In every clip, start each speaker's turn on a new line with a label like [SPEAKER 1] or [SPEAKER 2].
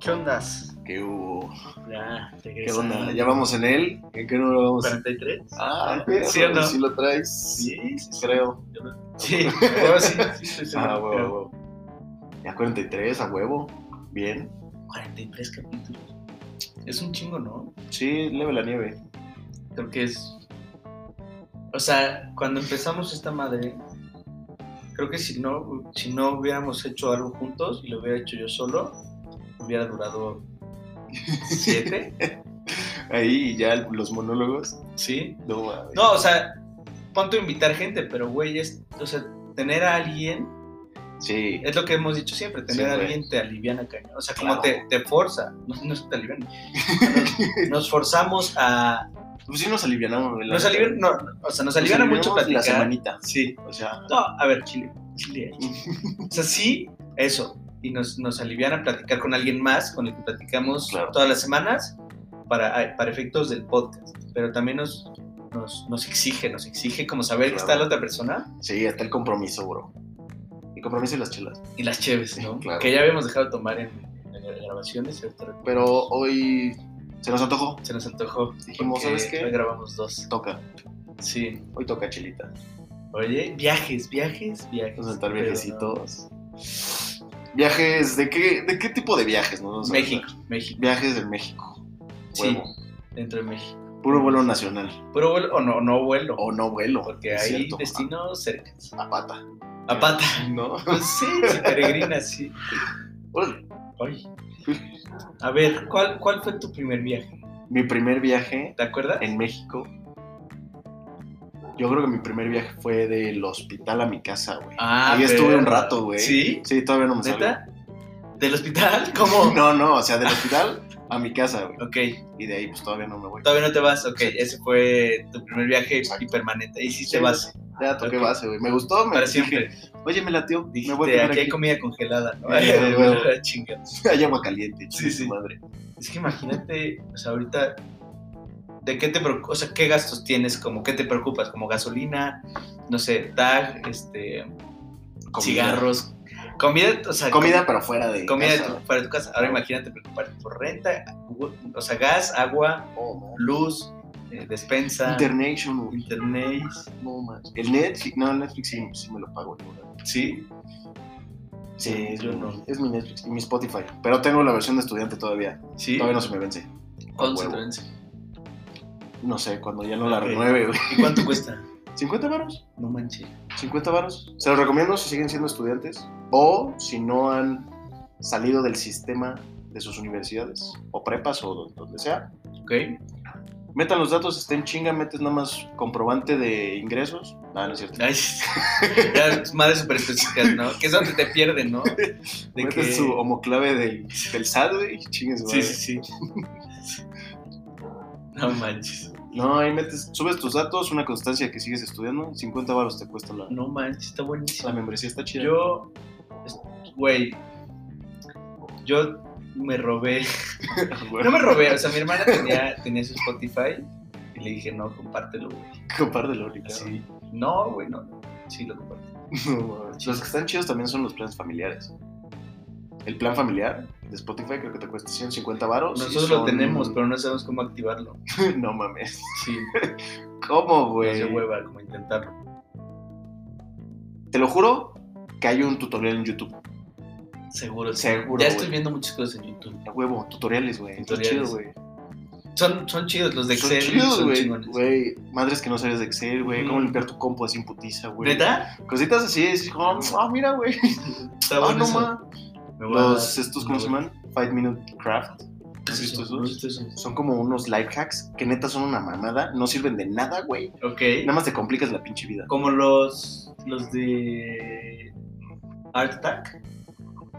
[SPEAKER 1] ¿Qué ondas?
[SPEAKER 2] ¿Qué hubo?
[SPEAKER 1] Ya,
[SPEAKER 2] ¿Qué onda? ¿Ya vamos en él? ¿En qué número vamos?
[SPEAKER 1] 43.
[SPEAKER 2] Ah,
[SPEAKER 1] ¿Sí o no?
[SPEAKER 2] si lo traes.
[SPEAKER 1] Sí, sí,
[SPEAKER 2] creo.
[SPEAKER 1] Sí, ahora sí, sí, estoy
[SPEAKER 2] Ah,
[SPEAKER 1] seguro.
[SPEAKER 2] huevo, huevo. Ya 43, a huevo. Bien.
[SPEAKER 1] 43 capítulos. Es un chingo, ¿no?
[SPEAKER 2] Sí, leve la nieve.
[SPEAKER 1] Creo que es. O sea, cuando empezamos esta madre, creo que si no, si no hubiéramos hecho algo juntos y lo hubiera hecho yo solo, hubiera durado 7,
[SPEAKER 2] Ahí ya los monólogos.
[SPEAKER 1] ¿sí?
[SPEAKER 2] No, mames.
[SPEAKER 1] No, o sea, cuánto invitar gente, pero güey, es. O sea, tener a alguien
[SPEAKER 2] Sí.
[SPEAKER 1] Es lo que hemos dicho siempre, tener a
[SPEAKER 2] Siempre.
[SPEAKER 1] alguien te aliviana, cañón. O sea, como
[SPEAKER 2] Claro.
[SPEAKER 1] te, te forza, no, no es que te aliviana. Nos, nos forzamos a...
[SPEAKER 2] Pues sí nos alivianamos. güey, la
[SPEAKER 1] Nos
[SPEAKER 2] neta.
[SPEAKER 1] alivian, no, o sea, nos aliviana
[SPEAKER 2] alivianamos
[SPEAKER 1] mucho
[SPEAKER 2] la
[SPEAKER 1] platicar.
[SPEAKER 2] semanita.
[SPEAKER 1] Sí.
[SPEAKER 2] O sea,
[SPEAKER 1] No, a ver, Chile. Chile. o sea, sí, eso. Y nos, nos aliviana platicar con alguien más, con el que platicamos
[SPEAKER 2] Claro.
[SPEAKER 1] todas las semanas, para, para efectos del podcast. Pero también nos, nos, nos exige, nos exige como saber que
[SPEAKER 2] Claro.
[SPEAKER 1] está la otra persona
[SPEAKER 2] sí, está el compromiso, bro. El compromiso y las chelas.
[SPEAKER 1] y las cheves, ¿no?
[SPEAKER 2] Sí, claro.
[SPEAKER 1] Que ya habíamos dejado de tomar en, en las grabaciones, ¿cierto?
[SPEAKER 2] Pero hoy se nos antojó.
[SPEAKER 1] Se nos antojó.
[SPEAKER 2] Dijimos,
[SPEAKER 1] porque
[SPEAKER 2] ¿sabes qué?
[SPEAKER 1] Hoy grabamos dos.
[SPEAKER 2] Toca.
[SPEAKER 1] Sí.
[SPEAKER 2] Hoy toca chilita.
[SPEAKER 1] Oye, viajes, viajes, viajes.
[SPEAKER 2] Vamos a estar
[SPEAKER 1] Pero no.
[SPEAKER 2] viajecitos. Viajes, ¿de qué, ¿de qué tipo de viajes? No? Vamos a
[SPEAKER 1] México,
[SPEAKER 2] hablar.
[SPEAKER 1] México.
[SPEAKER 2] Viajes de México.
[SPEAKER 1] Sí,
[SPEAKER 2] Huevo.
[SPEAKER 1] dentro de México.
[SPEAKER 2] Puro vuelo nacional.
[SPEAKER 1] Pero vuelo o no, no vuelo.
[SPEAKER 2] O no vuelo.
[SPEAKER 1] porque
[SPEAKER 2] Oh, es
[SPEAKER 1] hay
[SPEAKER 2] cierto. ah.
[SPEAKER 1] destinos cerca.
[SPEAKER 2] A, a pata.
[SPEAKER 1] A pata.
[SPEAKER 2] ¿No?
[SPEAKER 1] Pues sí, si peregrinas, sí.
[SPEAKER 2] Órale.
[SPEAKER 1] Ay. A ver, ¿cuál, ¿cuál fue tu primer viaje?
[SPEAKER 2] Mi primer viaje
[SPEAKER 1] ¿Te acuerdas?
[SPEAKER 2] en México. Yo creo que mi primer viaje fue del hospital a mi casa, güey.
[SPEAKER 1] Ah,
[SPEAKER 2] Ahí estuve
[SPEAKER 1] pero-
[SPEAKER 2] un rato, güey.
[SPEAKER 1] ¿Sí?
[SPEAKER 2] Sí, todavía no me salió.
[SPEAKER 1] ¿Neta? ¿Del hospital? ¿Cómo?
[SPEAKER 2] No, no, o sea, del hospital a mi casa, güey.
[SPEAKER 1] Ok,
[SPEAKER 2] Y de ahí, pues todavía no me voy.
[SPEAKER 1] todavía no te vas. Ok,
[SPEAKER 2] Exacto.
[SPEAKER 1] ese fue tu primer viaje
[SPEAKER 2] Exacto.
[SPEAKER 1] y permanente. Ahí sí
[SPEAKER 2] Sí,
[SPEAKER 1] te vas
[SPEAKER 2] Ya toqué
[SPEAKER 1] Ok.
[SPEAKER 2] base, güey. Me gustó, me
[SPEAKER 1] para
[SPEAKER 2] dije,
[SPEAKER 1] siempre.
[SPEAKER 2] Oye, me latió. me voy a
[SPEAKER 1] Dijiste,
[SPEAKER 2] quedar
[SPEAKER 1] aquí hay comida congelada, ¿no?
[SPEAKER 2] Ya, ya, ya.
[SPEAKER 1] La chinga.
[SPEAKER 2] Hay agua caliente,
[SPEAKER 1] Sí,
[SPEAKER 2] sí,
[SPEAKER 1] sí.
[SPEAKER 2] sí. madre.
[SPEAKER 1] Es que imagínate, o sea, ahorita, ¿de qué te preocupas? O sea, ¿qué gastos tienes? Como, ¿qué te preocupas? Como gasolina, no sé, tag, este,
[SPEAKER 2] Comida.
[SPEAKER 1] cigarros, comida, o sea,
[SPEAKER 2] Comida,
[SPEAKER 1] com-
[SPEAKER 2] pero fuera de.
[SPEAKER 1] comida de
[SPEAKER 2] casa.
[SPEAKER 1] tu- para tu casa. Ahora imagínate preocuparte por renta, gu- o sea, gas, agua,
[SPEAKER 2] Oh, man.
[SPEAKER 1] luz, eh, despensa,
[SPEAKER 2] International, güey.
[SPEAKER 1] internet,
[SPEAKER 2] No más. El Netflix, no, el Netflix sí, sí me lo pago. la verdad.
[SPEAKER 1] ¿sí?
[SPEAKER 2] Sí, es,
[SPEAKER 1] Yo
[SPEAKER 2] mi,
[SPEAKER 1] no.
[SPEAKER 2] es mi Netflix y mi Spotify. Pero tengo la versión de estudiante todavía.
[SPEAKER 1] ¿Sí?
[SPEAKER 2] Todavía no se me vence.
[SPEAKER 1] ¿Cuánto se
[SPEAKER 2] Huevo.
[SPEAKER 1] te vence?
[SPEAKER 2] No sé, cuando ya no la
[SPEAKER 1] Ok.
[SPEAKER 2] renueve, güey.
[SPEAKER 1] ¿Y cuánto cuesta?
[SPEAKER 2] ¿50 varos?
[SPEAKER 1] No manches.
[SPEAKER 2] ¿50 varos? Se los recomiendo si siguen siendo estudiantes o si no han salido del sistema de sus universidades o prepas o do- donde sea.
[SPEAKER 1] ¿Ok?
[SPEAKER 2] Metan los datos, estén chinga, metes nada más comprobante de ingresos. Ah, no es cierto.
[SPEAKER 1] Ay, ya es madres súper específicas, ¿no? Que es donde te pierden, ¿no? De
[SPEAKER 2] Meten su homoclave del, del SAT, güey, y chingues,
[SPEAKER 1] Sí, sí, sí. No manches.
[SPEAKER 2] No, ahí metes, subes tus datos, una constancia que sigues estudiando, 50 baros te cuesta la,
[SPEAKER 1] No manches, está
[SPEAKER 2] la
[SPEAKER 1] buenísimo.
[SPEAKER 2] membresía, está chida.
[SPEAKER 1] Yo, es- güey, yo me robé. No me robé, o sea, mi hermana tenía, tenía su Spotify y le dije, no, compártelo, güey.
[SPEAKER 2] Compártelo ahorita.
[SPEAKER 1] Así. No, güey, no. no. Sí, lo comparto.
[SPEAKER 2] No, mames. los que están chidos también son los planes familiares. El plan familiar de Spotify creo que te cuesta 150 baros. y
[SPEAKER 1] Nosotros lo
[SPEAKER 2] son-
[SPEAKER 1] tenemos, pero no sabemos cómo activarlo.
[SPEAKER 2] No mames.
[SPEAKER 1] Sí,
[SPEAKER 2] ¿Cómo,
[SPEAKER 1] pues
[SPEAKER 2] güey?
[SPEAKER 1] de hueva, como intentarlo.
[SPEAKER 2] te lo juro que hay un tutorial en YouTube.
[SPEAKER 1] Seguro, sí.
[SPEAKER 2] Seguro,
[SPEAKER 1] Ya
[SPEAKER 2] güey.
[SPEAKER 1] estoy viendo muchas cosas en YouTube.
[SPEAKER 2] A huevo, tutoriales, güey. Está
[SPEAKER 1] Tutoriales.
[SPEAKER 2] chido, güey.
[SPEAKER 1] Son, son chidos los de
[SPEAKER 2] Son
[SPEAKER 1] Excel.
[SPEAKER 2] chidos,
[SPEAKER 1] son
[SPEAKER 2] güey.
[SPEAKER 1] chingones.
[SPEAKER 2] Güey, madres que no sabes de Excel, güey.
[SPEAKER 1] Ujú.
[SPEAKER 2] Cómo limpiar tu compu así en putiza, güey.
[SPEAKER 1] ¿Neta?
[SPEAKER 2] Cositas así, es como, ah, mira, güey.
[SPEAKER 1] Está
[SPEAKER 2] Ah,
[SPEAKER 1] bueno
[SPEAKER 2] no,
[SPEAKER 1] eso.
[SPEAKER 2] ma.
[SPEAKER 1] Me voy a
[SPEAKER 2] Los,
[SPEAKER 1] dar-
[SPEAKER 2] estos, ¿cómo se llaman? Five Minute Craft. ¿Has visto
[SPEAKER 1] Eso,
[SPEAKER 2] esos?
[SPEAKER 1] eso, eso.
[SPEAKER 2] Son como unos life hacks que neta son una mamada. No sirven de nada, güey.
[SPEAKER 1] Ok.
[SPEAKER 2] Nada más te complicas la pinche vida.
[SPEAKER 1] Como los, los de Art Attack.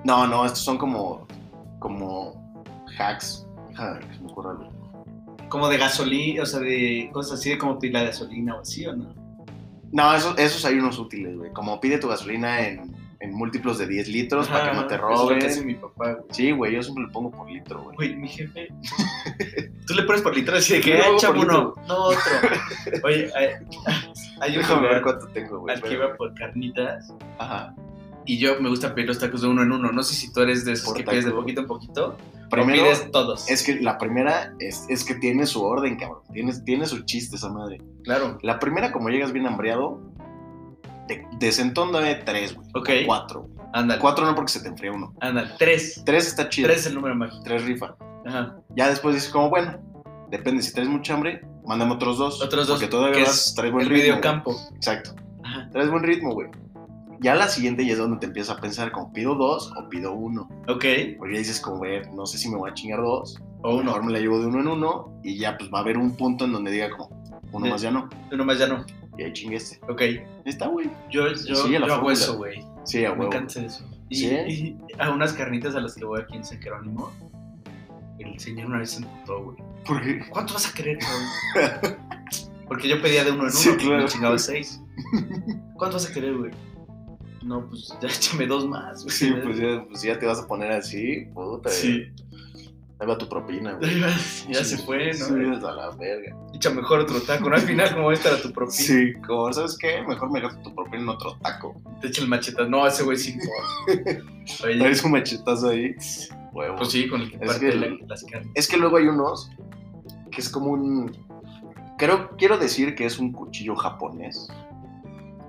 [SPEAKER 2] No, no, estos son como. Como. Hacks. Deja que se me ocurra algo.
[SPEAKER 1] Como de gasolina, o sea, de cosas así de como pedir la gasolina o así, ¿o no?
[SPEAKER 2] No, esos, esos hay unos útiles, güey. Como pide tu gasolina en, en múltiplos de 10 litros para que no te
[SPEAKER 1] Ajá, Ah, eso es lo que hace
[SPEAKER 2] roben.
[SPEAKER 1] mi papá, güey.
[SPEAKER 2] Sí, güey, yo siempre lo pongo por litro, güey.
[SPEAKER 1] Güey, mi jefe. Tú le pones por litro así de que,
[SPEAKER 2] Yo
[SPEAKER 1] "Ah,
[SPEAKER 2] por
[SPEAKER 1] chavo, uno,
[SPEAKER 2] litro.
[SPEAKER 1] no otro. Oye, hay, hay un
[SPEAKER 2] Déjame
[SPEAKER 1] lugar
[SPEAKER 2] ver cuánto tengo, güey.
[SPEAKER 1] al que iba por carnitas
[SPEAKER 2] Ajá.
[SPEAKER 1] Y yo me gusta pedir los tacos de uno en uno. No sé si tú eres de esos
[SPEAKER 2] Por
[SPEAKER 1] que pides de
[SPEAKER 2] taco.
[SPEAKER 1] poquito en poquito Primero,
[SPEAKER 2] Primero,
[SPEAKER 1] pides todos.
[SPEAKER 2] es que la primera es, es que tiene su orden, cabrón. Tiene, tiene su chiste esa madre.
[SPEAKER 1] Claro.
[SPEAKER 2] La primera, como llegas bien hambriado, de, desentóndame tres, güey.
[SPEAKER 1] Ok.
[SPEAKER 2] Cuatro. güey.
[SPEAKER 1] Ándale.
[SPEAKER 2] Cuatro no porque se te enfría uno.
[SPEAKER 1] Ándale. Tres.
[SPEAKER 2] Tres está chido.
[SPEAKER 1] Tres es el número mágico.
[SPEAKER 2] Tres rifa.
[SPEAKER 1] Ajá.
[SPEAKER 2] Ya después dices como, bueno, depende. Si traes mucha hambre, mándame otros dos.
[SPEAKER 1] Otros dos,
[SPEAKER 2] Porque todavía
[SPEAKER 1] que
[SPEAKER 2] vas,
[SPEAKER 1] es
[SPEAKER 2] traes buen
[SPEAKER 1] El
[SPEAKER 2] ritmo. güey.
[SPEAKER 1] videocampo.
[SPEAKER 2] Exacto.
[SPEAKER 1] Ajá.
[SPEAKER 2] Traes buen ritmo, güey. Ya la siguiente ya es donde te empiezas a pensar, como pido dos o pido uno.
[SPEAKER 1] Ok.
[SPEAKER 2] Porque ya dices, como, güey, no sé si me voy a chingar dos.
[SPEAKER 1] O uno.
[SPEAKER 2] Mejor me la llevo de uno en uno. Y ya, pues va a haber un punto en donde diga, como, uno
[SPEAKER 1] Sí.
[SPEAKER 2] más ya no.
[SPEAKER 1] Uno más ya no.
[SPEAKER 2] Y ahí chingueste.
[SPEAKER 1] Ok.
[SPEAKER 2] Ahí Está, güey.
[SPEAKER 1] Yo, yo,
[SPEAKER 2] Sigue la
[SPEAKER 1] yo hago
[SPEAKER 2] fórmula.
[SPEAKER 1] eso, güey.
[SPEAKER 2] Sí, a
[SPEAKER 1] Me
[SPEAKER 2] huevo.
[SPEAKER 1] encanta eso. Y,
[SPEAKER 2] ¿Sí?
[SPEAKER 1] y a unas carnitas a las que voy aquí en San Jerónimo, el señor una vez se emputó, güey.
[SPEAKER 2] Porque
[SPEAKER 1] ¿Cuánto vas a querer, cabrón? Porque yo pedía de uno en uno,
[SPEAKER 2] Sí, claro.
[SPEAKER 1] me chingaba seis. ¿Cuánto vas a querer, güey? No, pues ya échame dos más. güey.
[SPEAKER 2] Sí, pues ya, pues ya te vas a poner así, puta.
[SPEAKER 1] Sí.
[SPEAKER 2] Ahí va tu propina, güey.
[SPEAKER 1] Ya se fue, ¿no?
[SPEAKER 2] Sí, hasta la verga.
[SPEAKER 1] Echa mejor otro taco, ¿no? Al final, como esta era tu propina,
[SPEAKER 2] Sí, como, ¿sabes qué? Mejor me gasto tu propina en otro taco.
[SPEAKER 1] te echa el machetazo. No, ese güey sí. por- Oye,
[SPEAKER 2] Traes un machetazo ahí. Huevo.
[SPEAKER 1] pues sí, con el que
[SPEAKER 2] Es
[SPEAKER 1] parte
[SPEAKER 2] que-
[SPEAKER 1] la- las carnes.
[SPEAKER 2] Es que luego hay unos que es como un. Creo, quiero decir que es un cuchillo japonés.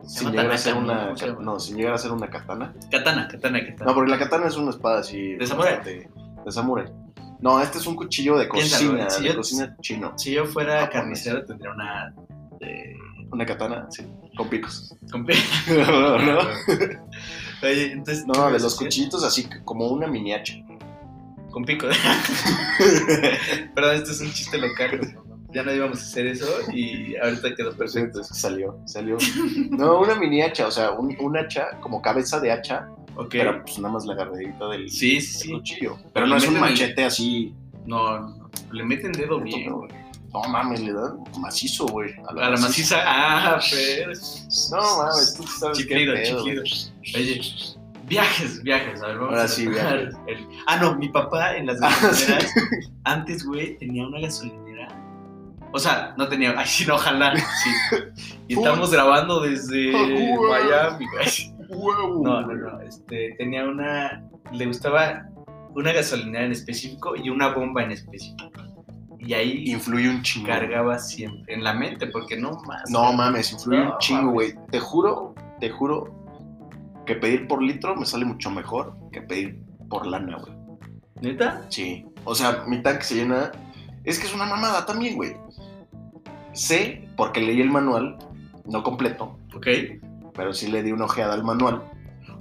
[SPEAKER 2] Sin
[SPEAKER 1] llama
[SPEAKER 2] llegar, a ser
[SPEAKER 1] tanaka, ¿no?
[SPEAKER 2] una,
[SPEAKER 1] ¿Cómo se llama?
[SPEAKER 2] no, sin llegar a ser una katana.
[SPEAKER 1] Katana, katana, katana.
[SPEAKER 2] No, porque la katana es una espada así.
[SPEAKER 1] ¿De samurái?
[SPEAKER 2] bastante- De samurái. No, este es un cuchillo de
[SPEAKER 1] Piénsalo,
[SPEAKER 2] cocina,
[SPEAKER 1] si
[SPEAKER 2] de
[SPEAKER 1] yo-
[SPEAKER 2] cocina chino.
[SPEAKER 1] Si yo fuera
[SPEAKER 2] Japonés.
[SPEAKER 1] carnicero,
[SPEAKER 2] pues.
[SPEAKER 1] tendría una. eh,
[SPEAKER 2] Una katana, sí, con picos.
[SPEAKER 1] con-
[SPEAKER 2] no, no.
[SPEAKER 1] Oye, entonces.
[SPEAKER 2] No, de los cuchillitos así como una miniacha.
[SPEAKER 1] Con pico. ¿eh? Perdón, esto es un chiste local. ¿no? Ya no íbamos a hacer eso y ahorita quedó perfecto.
[SPEAKER 2] Perfecto, es que salió, salió. No, una miniacha, o sea, un, un hacha, como cabeza de hacha,
[SPEAKER 1] Ok.
[SPEAKER 2] pero pues nada más la garradita del,
[SPEAKER 1] sí, sí,
[SPEAKER 2] del
[SPEAKER 1] sí.
[SPEAKER 2] cuchillo. Pero,
[SPEAKER 1] Pero
[SPEAKER 2] no
[SPEAKER 1] le
[SPEAKER 2] es un
[SPEAKER 1] meten ahí.
[SPEAKER 2] machete así.
[SPEAKER 1] No, no, le meten dedo bien.
[SPEAKER 2] No, mames, le dan macizo, güey.
[SPEAKER 1] A la maciza. Ah, pero.
[SPEAKER 2] No mames, tú sabes
[SPEAKER 1] Chiflido,
[SPEAKER 2] qué pedo,
[SPEAKER 1] chiflido. Oye. Viajes, viajes, a ver, vamos
[SPEAKER 2] Ahora
[SPEAKER 1] a
[SPEAKER 2] sí,
[SPEAKER 1] retomar
[SPEAKER 2] viajes.
[SPEAKER 1] el- Ah, no, mi papá en las
[SPEAKER 2] Ah,
[SPEAKER 1] gasolineras, antes, güey, tenía una gasolinera. O sea, no tenía, ay, sí, no, ojalá, sí. Y
[SPEAKER 2] Uy.
[SPEAKER 1] estamos grabando desde
[SPEAKER 2] Ah, güey.
[SPEAKER 1] Miami, güey.
[SPEAKER 2] güey. Huevo,
[SPEAKER 1] No, no,
[SPEAKER 2] güey.
[SPEAKER 1] no. Este, tenía una. Le gustaba una gasolinera en específico y una bomba en específico. Y ahí
[SPEAKER 2] Influye un chingo.
[SPEAKER 1] cargaba siempre. En la mente, porque no más.
[SPEAKER 2] No mames, influye
[SPEAKER 1] No,
[SPEAKER 2] un chingo,
[SPEAKER 1] mames.
[SPEAKER 2] güey. Te juro, te juro que pedir por litro me sale mucho mejor que pedir por lana, güey.
[SPEAKER 1] ¿Neta?
[SPEAKER 2] Sí. O sea, mi tanque se llena. Es que es una mamada también, güey. Sé, porque leí el manual, no completo,
[SPEAKER 1] Ok.
[SPEAKER 2] pero sí le di una ojeada al manual.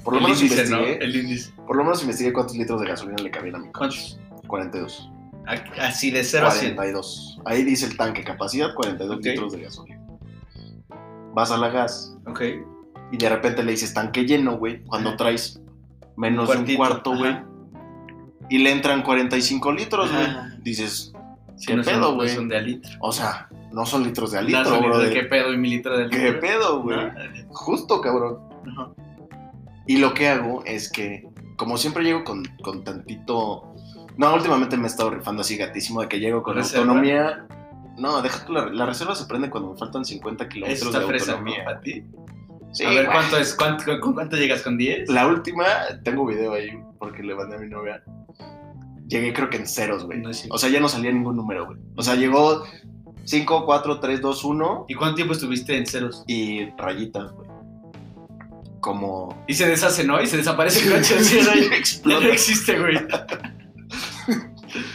[SPEAKER 2] Por lo
[SPEAKER 1] el
[SPEAKER 2] menos
[SPEAKER 1] índice, ¿no?
[SPEAKER 2] investigué.
[SPEAKER 1] El índice.
[SPEAKER 2] Por lo menos investigué cuántos litros de gasolina le cabían a mi coche.
[SPEAKER 1] ¿Cuántos?
[SPEAKER 2] 42.
[SPEAKER 1] A- Así de 0 a 100.
[SPEAKER 2] 42. Ahí dice el tanque, capacidad 42
[SPEAKER 1] Ok.
[SPEAKER 2] litros de gasolina. Vas a la gas,
[SPEAKER 1] Ok.
[SPEAKER 2] y de repente le dices tanque lleno, güey, cuando
[SPEAKER 1] Ajá.
[SPEAKER 2] traes menos de un
[SPEAKER 1] Cuartito,
[SPEAKER 2] cuarto, güey,
[SPEAKER 1] ajá.
[SPEAKER 2] y le entran 45 litros, güey.
[SPEAKER 1] Ajá.
[SPEAKER 2] Dices,
[SPEAKER 1] Sí,
[SPEAKER 2] ¿Qué
[SPEAKER 1] no son-
[SPEAKER 2] pedo,
[SPEAKER 1] no
[SPEAKER 2] güey?
[SPEAKER 1] son de alitro.
[SPEAKER 2] o sea, no son litros de alitro,
[SPEAKER 1] son
[SPEAKER 2] bro.
[SPEAKER 1] litros,
[SPEAKER 2] de-
[SPEAKER 1] ¿Qué
[SPEAKER 2] ¿Qué,
[SPEAKER 1] pedo? Y mililitro de alitro.
[SPEAKER 2] pedo, güey?
[SPEAKER 1] No,
[SPEAKER 2] Justo, cabrón.
[SPEAKER 1] no.
[SPEAKER 2] Y lo que hago es que, como siempre llego con, con tantito. No, últimamente me he estado rifando así gatísimo de que llego con
[SPEAKER 1] ¿Reserva?
[SPEAKER 2] autonomía. No, deja tú la, la reserva se prende cuando me faltan 50
[SPEAKER 1] Eso
[SPEAKER 2] kilómetros de
[SPEAKER 1] está fresa, ¿no?
[SPEAKER 2] autonomía.
[SPEAKER 1] Para ti.
[SPEAKER 2] Sí,
[SPEAKER 1] a ver,
[SPEAKER 2] güey.
[SPEAKER 1] ¿cuánto es? ¿Cuánto, ¿Con cuánto llegas? ¿Con 10?
[SPEAKER 2] La última, tengo video ahí porque le mandé a mi novia. Llegué creo que en ceros, güey.
[SPEAKER 1] No es cierto.
[SPEAKER 2] O sea, ya no salía ningún número, güey. O sea, llegó 5, 4, 3, 2, 1
[SPEAKER 1] ¿Y cuánto tiempo estuviste en ceros?
[SPEAKER 2] y rayitas, güey. Como...
[SPEAKER 1] Y se deshace, ¿no? Y se desaparece el coche. así, ¿no? Ya no
[SPEAKER 2] Explota.
[SPEAKER 1] existe, güey.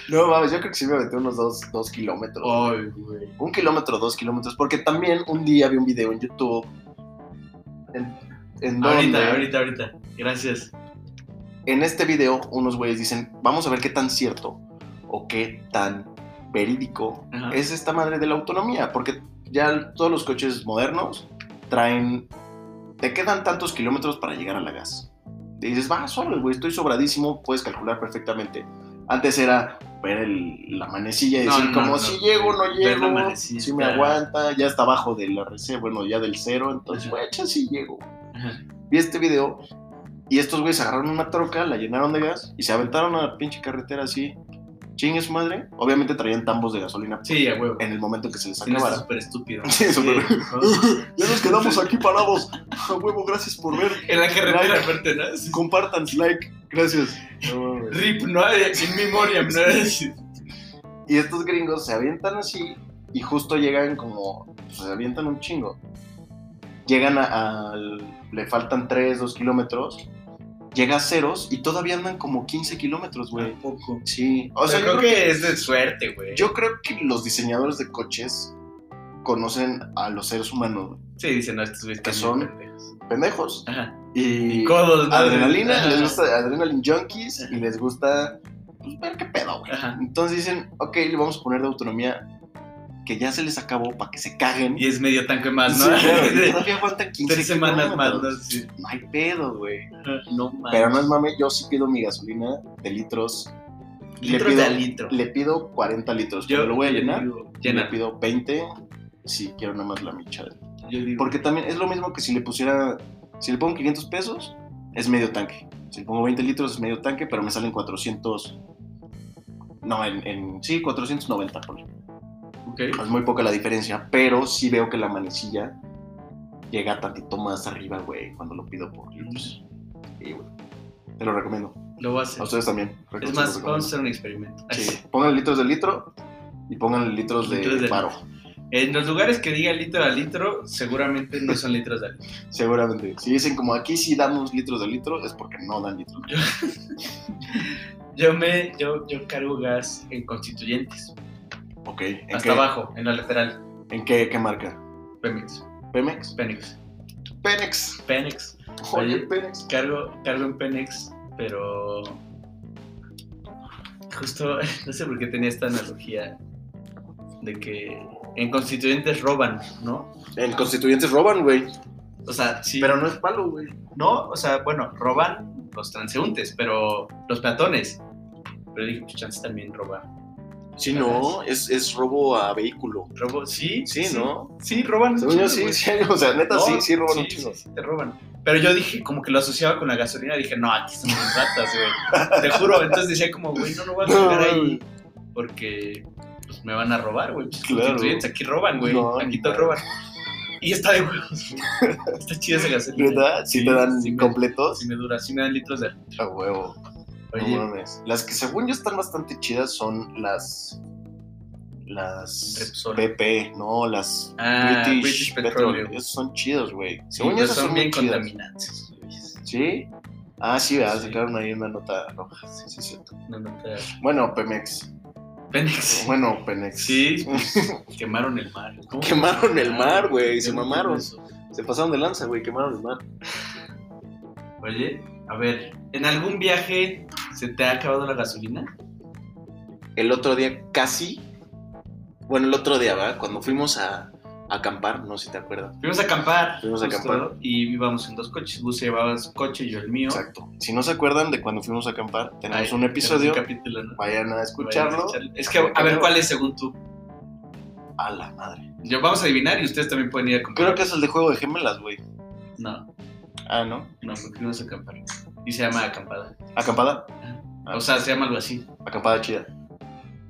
[SPEAKER 2] No, mames, yo creo que sí me aventé unos 2 kilómetros.
[SPEAKER 1] Ay, güey.
[SPEAKER 2] Un kilómetro, dos kilómetros. Porque también un día vi un video en YouTube. En, en donde-
[SPEAKER 1] Ahorita, ahorita, ahorita. Gracias.
[SPEAKER 2] en este video unos güeyes dicen, vamos a ver qué tan cierto o qué tan verídico
[SPEAKER 1] Ajá.
[SPEAKER 2] es esta madre de la autonomía, porque ya todos los coches modernos traen, te quedan tantos kilómetros para llegar a la gas. Y dices, va, solo, güey, estoy sobradísimo, puedes calcular perfectamente. Antes era ver el- la manecilla y
[SPEAKER 1] No,
[SPEAKER 2] decir,
[SPEAKER 1] no,
[SPEAKER 2] como
[SPEAKER 1] no,
[SPEAKER 2] si
[SPEAKER 1] no.
[SPEAKER 2] llego, no
[SPEAKER 1] Ver la
[SPEAKER 2] llego,
[SPEAKER 1] manecilla.
[SPEAKER 2] si me aguanta, ya está abajo de la RC, bueno, ya del cero, entonces,
[SPEAKER 1] Ajá.
[SPEAKER 2] güey, ya sí llego
[SPEAKER 1] Ajá.
[SPEAKER 2] vi este video y estos güeyes agarraron una troca, la llenaron de gas y se aventaron a la pinche carretera así. Chingue su madre. Obviamente traían tambos de gasolina
[SPEAKER 1] Sí, a huevo.
[SPEAKER 2] en el momento que se les
[SPEAKER 1] Sí, no está
[SPEAKER 2] acabara.
[SPEAKER 1] súper estúpido.
[SPEAKER 2] Sí, súper-
[SPEAKER 1] ¿no?
[SPEAKER 2] Ya nos quedamos aquí parados. A huevo, gracias por ver.
[SPEAKER 1] En la carretera, aparte, ¿no? Sí, sí.
[SPEAKER 2] Compartan, like. Gracias. No mames.
[SPEAKER 1] Rip, ¿no? Sin memoria, ¿no?
[SPEAKER 2] Y estos gringos se avientan así y justo llegan como, pues, se avientan un chingo. Llegan a, al- le faltan 3, 2 kilómetros, llega a ceros y todavía andan como 15 kilómetros, güey.
[SPEAKER 1] Tampoco.
[SPEAKER 2] Sí, o
[SPEAKER 1] O
[SPEAKER 2] sea, yo creo, que,
[SPEAKER 1] es de suerte, güey.
[SPEAKER 2] yo creo que los diseñadores de coches conocen a los seres humanos, güey.
[SPEAKER 1] Sí, dicen, no, estos güeyes
[SPEAKER 2] Que
[SPEAKER 1] están bien
[SPEAKER 2] son-
[SPEAKER 1] pendejos.
[SPEAKER 2] pendejos
[SPEAKER 1] Ajá.
[SPEAKER 2] y,
[SPEAKER 1] Codos, ¿no?
[SPEAKER 2] adrenalina,
[SPEAKER 1] Ajá.
[SPEAKER 2] les gusta adrenaline junkies y les gusta pues, ver qué pedo, güey.
[SPEAKER 1] Ajá.
[SPEAKER 2] Entonces dicen, ok, le vamos a poner de autonomía que ya se les acabó para que se caguen.
[SPEAKER 1] Y es medio tanque más, ¿no?
[SPEAKER 2] Sí, claro, y todavía aguantan 15
[SPEAKER 1] Tres semanas más,
[SPEAKER 2] kilómetros.
[SPEAKER 1] ¿no? Sí.
[SPEAKER 2] No hay pedo, güey.
[SPEAKER 1] No mames.
[SPEAKER 2] Pero no es mame, yo sí pido mi gasolina de litros. Le
[SPEAKER 1] litro
[SPEAKER 2] pido-
[SPEAKER 1] de a litro.
[SPEAKER 2] Le pido 40 litros. Yo lo voy a llenar.
[SPEAKER 1] digo,
[SPEAKER 2] Le
[SPEAKER 1] llena.
[SPEAKER 2] pido 20 si quiero nada más la michada.
[SPEAKER 1] Yo digo,
[SPEAKER 2] Porque también es lo mismo que si le pusiera. Si le pongo 500 pesos, es medio tanque. Si le pongo 20 litros, es medio tanque, pero me salen 400. No, en. en- sí, 490, por
[SPEAKER 1] ok.
[SPEAKER 2] Es muy poca la diferencia, pero sí veo que la manecilla llega tantito más arriba, güey, cuando lo pido por litros. Sí, güey. Te lo recomiendo.
[SPEAKER 1] Lo voy a
[SPEAKER 2] A
[SPEAKER 1] hacer.
[SPEAKER 2] ustedes también.
[SPEAKER 1] Es
[SPEAKER 2] Recuerden,
[SPEAKER 1] más,
[SPEAKER 2] se lo
[SPEAKER 1] vamos a
[SPEAKER 2] recomiendo.
[SPEAKER 1] hacer un experimento.
[SPEAKER 2] Sí, pongan litros de litro y pongan litros de
[SPEAKER 1] Litros de-
[SPEAKER 2] paro.
[SPEAKER 1] En los lugares que diga litro a litro, seguramente no son litros de a litro.
[SPEAKER 2] Seguramente. Si dicen como aquí sí damos litros de litro, es porque no dan litros.
[SPEAKER 1] Yo me, yo, yo cargo gas en constituyentes.
[SPEAKER 2] Ok. ¿En,
[SPEAKER 1] hasta
[SPEAKER 2] qué,
[SPEAKER 1] abajo, en la lateral.
[SPEAKER 2] ¿en qué, qué marca?
[SPEAKER 1] Pemex.
[SPEAKER 2] ¿Pemex?
[SPEAKER 1] Penex.
[SPEAKER 2] Pemex.
[SPEAKER 1] Penex.
[SPEAKER 2] Oye,
[SPEAKER 1] Oye.
[SPEAKER 2] Pemex.
[SPEAKER 1] Cargo, cargo en Penex, pero. Justo, no sé por qué tenía esta analogía de que en constituyentes roban, ¿no?
[SPEAKER 2] En constituyentes roban, güey.
[SPEAKER 1] O sea, sí.
[SPEAKER 2] Pero no es palo, güey.
[SPEAKER 1] No, o sea, bueno, roban los transeúntes, pero los peatones. Pero dije, pues chance también roba.
[SPEAKER 2] Sí, no, es, es robo a vehículo.
[SPEAKER 1] Robo, sí,
[SPEAKER 2] Sí, ¿no?
[SPEAKER 1] Sí, roban. un
[SPEAKER 2] Según yo,
[SPEAKER 1] chingo,
[SPEAKER 2] sí,
[SPEAKER 1] güey.
[SPEAKER 2] sí, o sea, neta,
[SPEAKER 1] No,
[SPEAKER 2] sí, sí roban un
[SPEAKER 1] sí,
[SPEAKER 2] chingo.
[SPEAKER 1] sí, sí, te roban. Pero yo dije, como que lo asociaba con la gasolina, dije, no, aquí son unas ratas, güey. Te juro, entonces decía como, güey, no, no voy a
[SPEAKER 2] No,
[SPEAKER 1] llegar
[SPEAKER 2] güey.
[SPEAKER 1] ahí porque pues, me van a robar, güey. Pues,
[SPEAKER 2] Claro.
[SPEAKER 1] constituyentes, Aquí roban, güey.
[SPEAKER 2] No,
[SPEAKER 1] aquí
[SPEAKER 2] no.
[SPEAKER 1] todos roban. Y está de huevos, güey. Está chida esa gasolina.
[SPEAKER 2] ¿Verdad? Si te dan
[SPEAKER 1] sí me-
[SPEAKER 2] completos.
[SPEAKER 1] Si me dura, si me dan litros de...
[SPEAKER 2] A huevo. No
[SPEAKER 1] Oye,
[SPEAKER 2] mames. Las que según yo están bastante chidas son las. Las.
[SPEAKER 1] Repsol.
[SPEAKER 2] BP, no, las.
[SPEAKER 1] Ah,
[SPEAKER 2] British,
[SPEAKER 1] British
[SPEAKER 2] Petroleum.
[SPEAKER 1] Petroleum.
[SPEAKER 2] Esas son chidas, güey.
[SPEAKER 1] Sí,
[SPEAKER 2] según yo,
[SPEAKER 1] pero
[SPEAKER 2] esas
[SPEAKER 1] pues son,
[SPEAKER 2] son
[SPEAKER 1] bien
[SPEAKER 2] muy chidas.
[SPEAKER 1] contaminantes. güey.
[SPEAKER 2] ¿Sí? Ah, sí, ¿verdad?
[SPEAKER 1] Sí.
[SPEAKER 2] Sacaron ahí una nota roja. Sí, sí, cierto.
[SPEAKER 1] No, no te...
[SPEAKER 2] Bueno, Pemex.
[SPEAKER 1] Penex.
[SPEAKER 2] Bueno, Pemex.
[SPEAKER 1] Sí, pues, quemaron el mar. ¿Cómo?
[SPEAKER 2] Quemaron el mar, güey, se
[SPEAKER 1] Yo no
[SPEAKER 2] mamaron.
[SPEAKER 1] entiendo eso.
[SPEAKER 2] Se pasaron de lanza, güey. Quemaron el mar.
[SPEAKER 1] Oye, a ver, ¿en algún viaje se te ha acabado la gasolina?
[SPEAKER 2] el otro día casi, bueno, el otro día, ¿verdad? Cuando fuimos a, a acampar, no sé si te acuerdas.
[SPEAKER 1] Fuimos a acampar.
[SPEAKER 2] Fuimos a acampar.
[SPEAKER 1] Y íbamos en dos coches. Vos llevabas coche y yo el mío.
[SPEAKER 2] Exacto. Si no se acuerdan de cuando fuimos a acampar, tenemos
[SPEAKER 1] Ahí,
[SPEAKER 2] un episodio,
[SPEAKER 1] tenemos un capítulo, ¿no?
[SPEAKER 2] vayan a escucharlo.
[SPEAKER 1] Es que, a ver, ¿cuál es según tú?
[SPEAKER 2] A la madre.
[SPEAKER 1] Yo vamos a adivinar y ustedes también pueden ir a comprar.
[SPEAKER 2] Creo que es el de juego de gemelas, güey.
[SPEAKER 1] No,
[SPEAKER 2] Ah, ¿no?
[SPEAKER 1] no, porque fuimos a acampar. Y se llama acampada.
[SPEAKER 2] Acampada. Ah.
[SPEAKER 1] O sea, se llama algo así.
[SPEAKER 2] Acampada chida.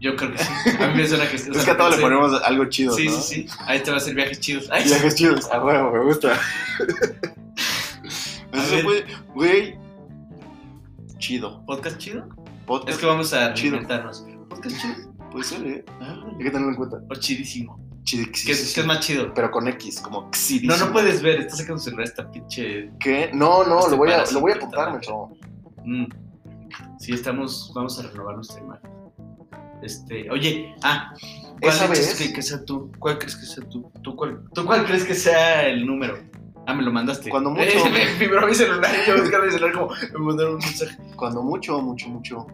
[SPEAKER 1] Yo creo que sí. A mí me suena que... o sea,
[SPEAKER 2] es que a todos le
[SPEAKER 1] pensé-
[SPEAKER 2] ponemos algo chido,
[SPEAKER 1] Sí,
[SPEAKER 2] ¿no?
[SPEAKER 1] sí, sí. Ahí te va a hacer viajes chidos. Ay,
[SPEAKER 2] Viajes chidos. A "Ah, huevo, me gusta.
[SPEAKER 1] A
[SPEAKER 2] Eso
[SPEAKER 1] ver.
[SPEAKER 2] fue, güey. Chido.
[SPEAKER 1] ¿Podcast chido? Es
[SPEAKER 2] Podcast.
[SPEAKER 1] que vamos a
[SPEAKER 2] Chido.
[SPEAKER 1] inventarnos. ¿Podcast chido?
[SPEAKER 2] Puede ser, ¿eh?
[SPEAKER 1] Ah,
[SPEAKER 2] Hay que tenerlo en cuenta.
[SPEAKER 1] O chidísimo.
[SPEAKER 2] Chidix.
[SPEAKER 1] ¿Qué, es- qué es más chido?
[SPEAKER 2] Pero con X, como
[SPEAKER 1] No,
[SPEAKER 2] xidísimo.
[SPEAKER 1] no puedes ver. Estás sacando celular esta pinche...
[SPEAKER 2] ¿Qué? No, no,
[SPEAKER 1] Este
[SPEAKER 2] lo voy, a,
[SPEAKER 1] parásito
[SPEAKER 2] lo voy a
[SPEAKER 1] está
[SPEAKER 2] apuntar,
[SPEAKER 1] mal.
[SPEAKER 2] mucho.
[SPEAKER 1] Mm. Sí, estamos... Vamos a renovar nuestra imagen. Este... Oye, ah... ¿Cuál
[SPEAKER 2] Esa
[SPEAKER 1] crees
[SPEAKER 2] vez-
[SPEAKER 1] que, que sea tú? ¿Cuál crees que sea tú? ¿Tú cuál, ¿Tú cuál crees que sea el número? Ah, me lo mandaste.
[SPEAKER 2] Cuando mucho.
[SPEAKER 1] Eh, me vibró mi celular y yo buscando mi celular como... Me mandaron un mensaje.
[SPEAKER 2] Cuando mucho, mucho, mucho.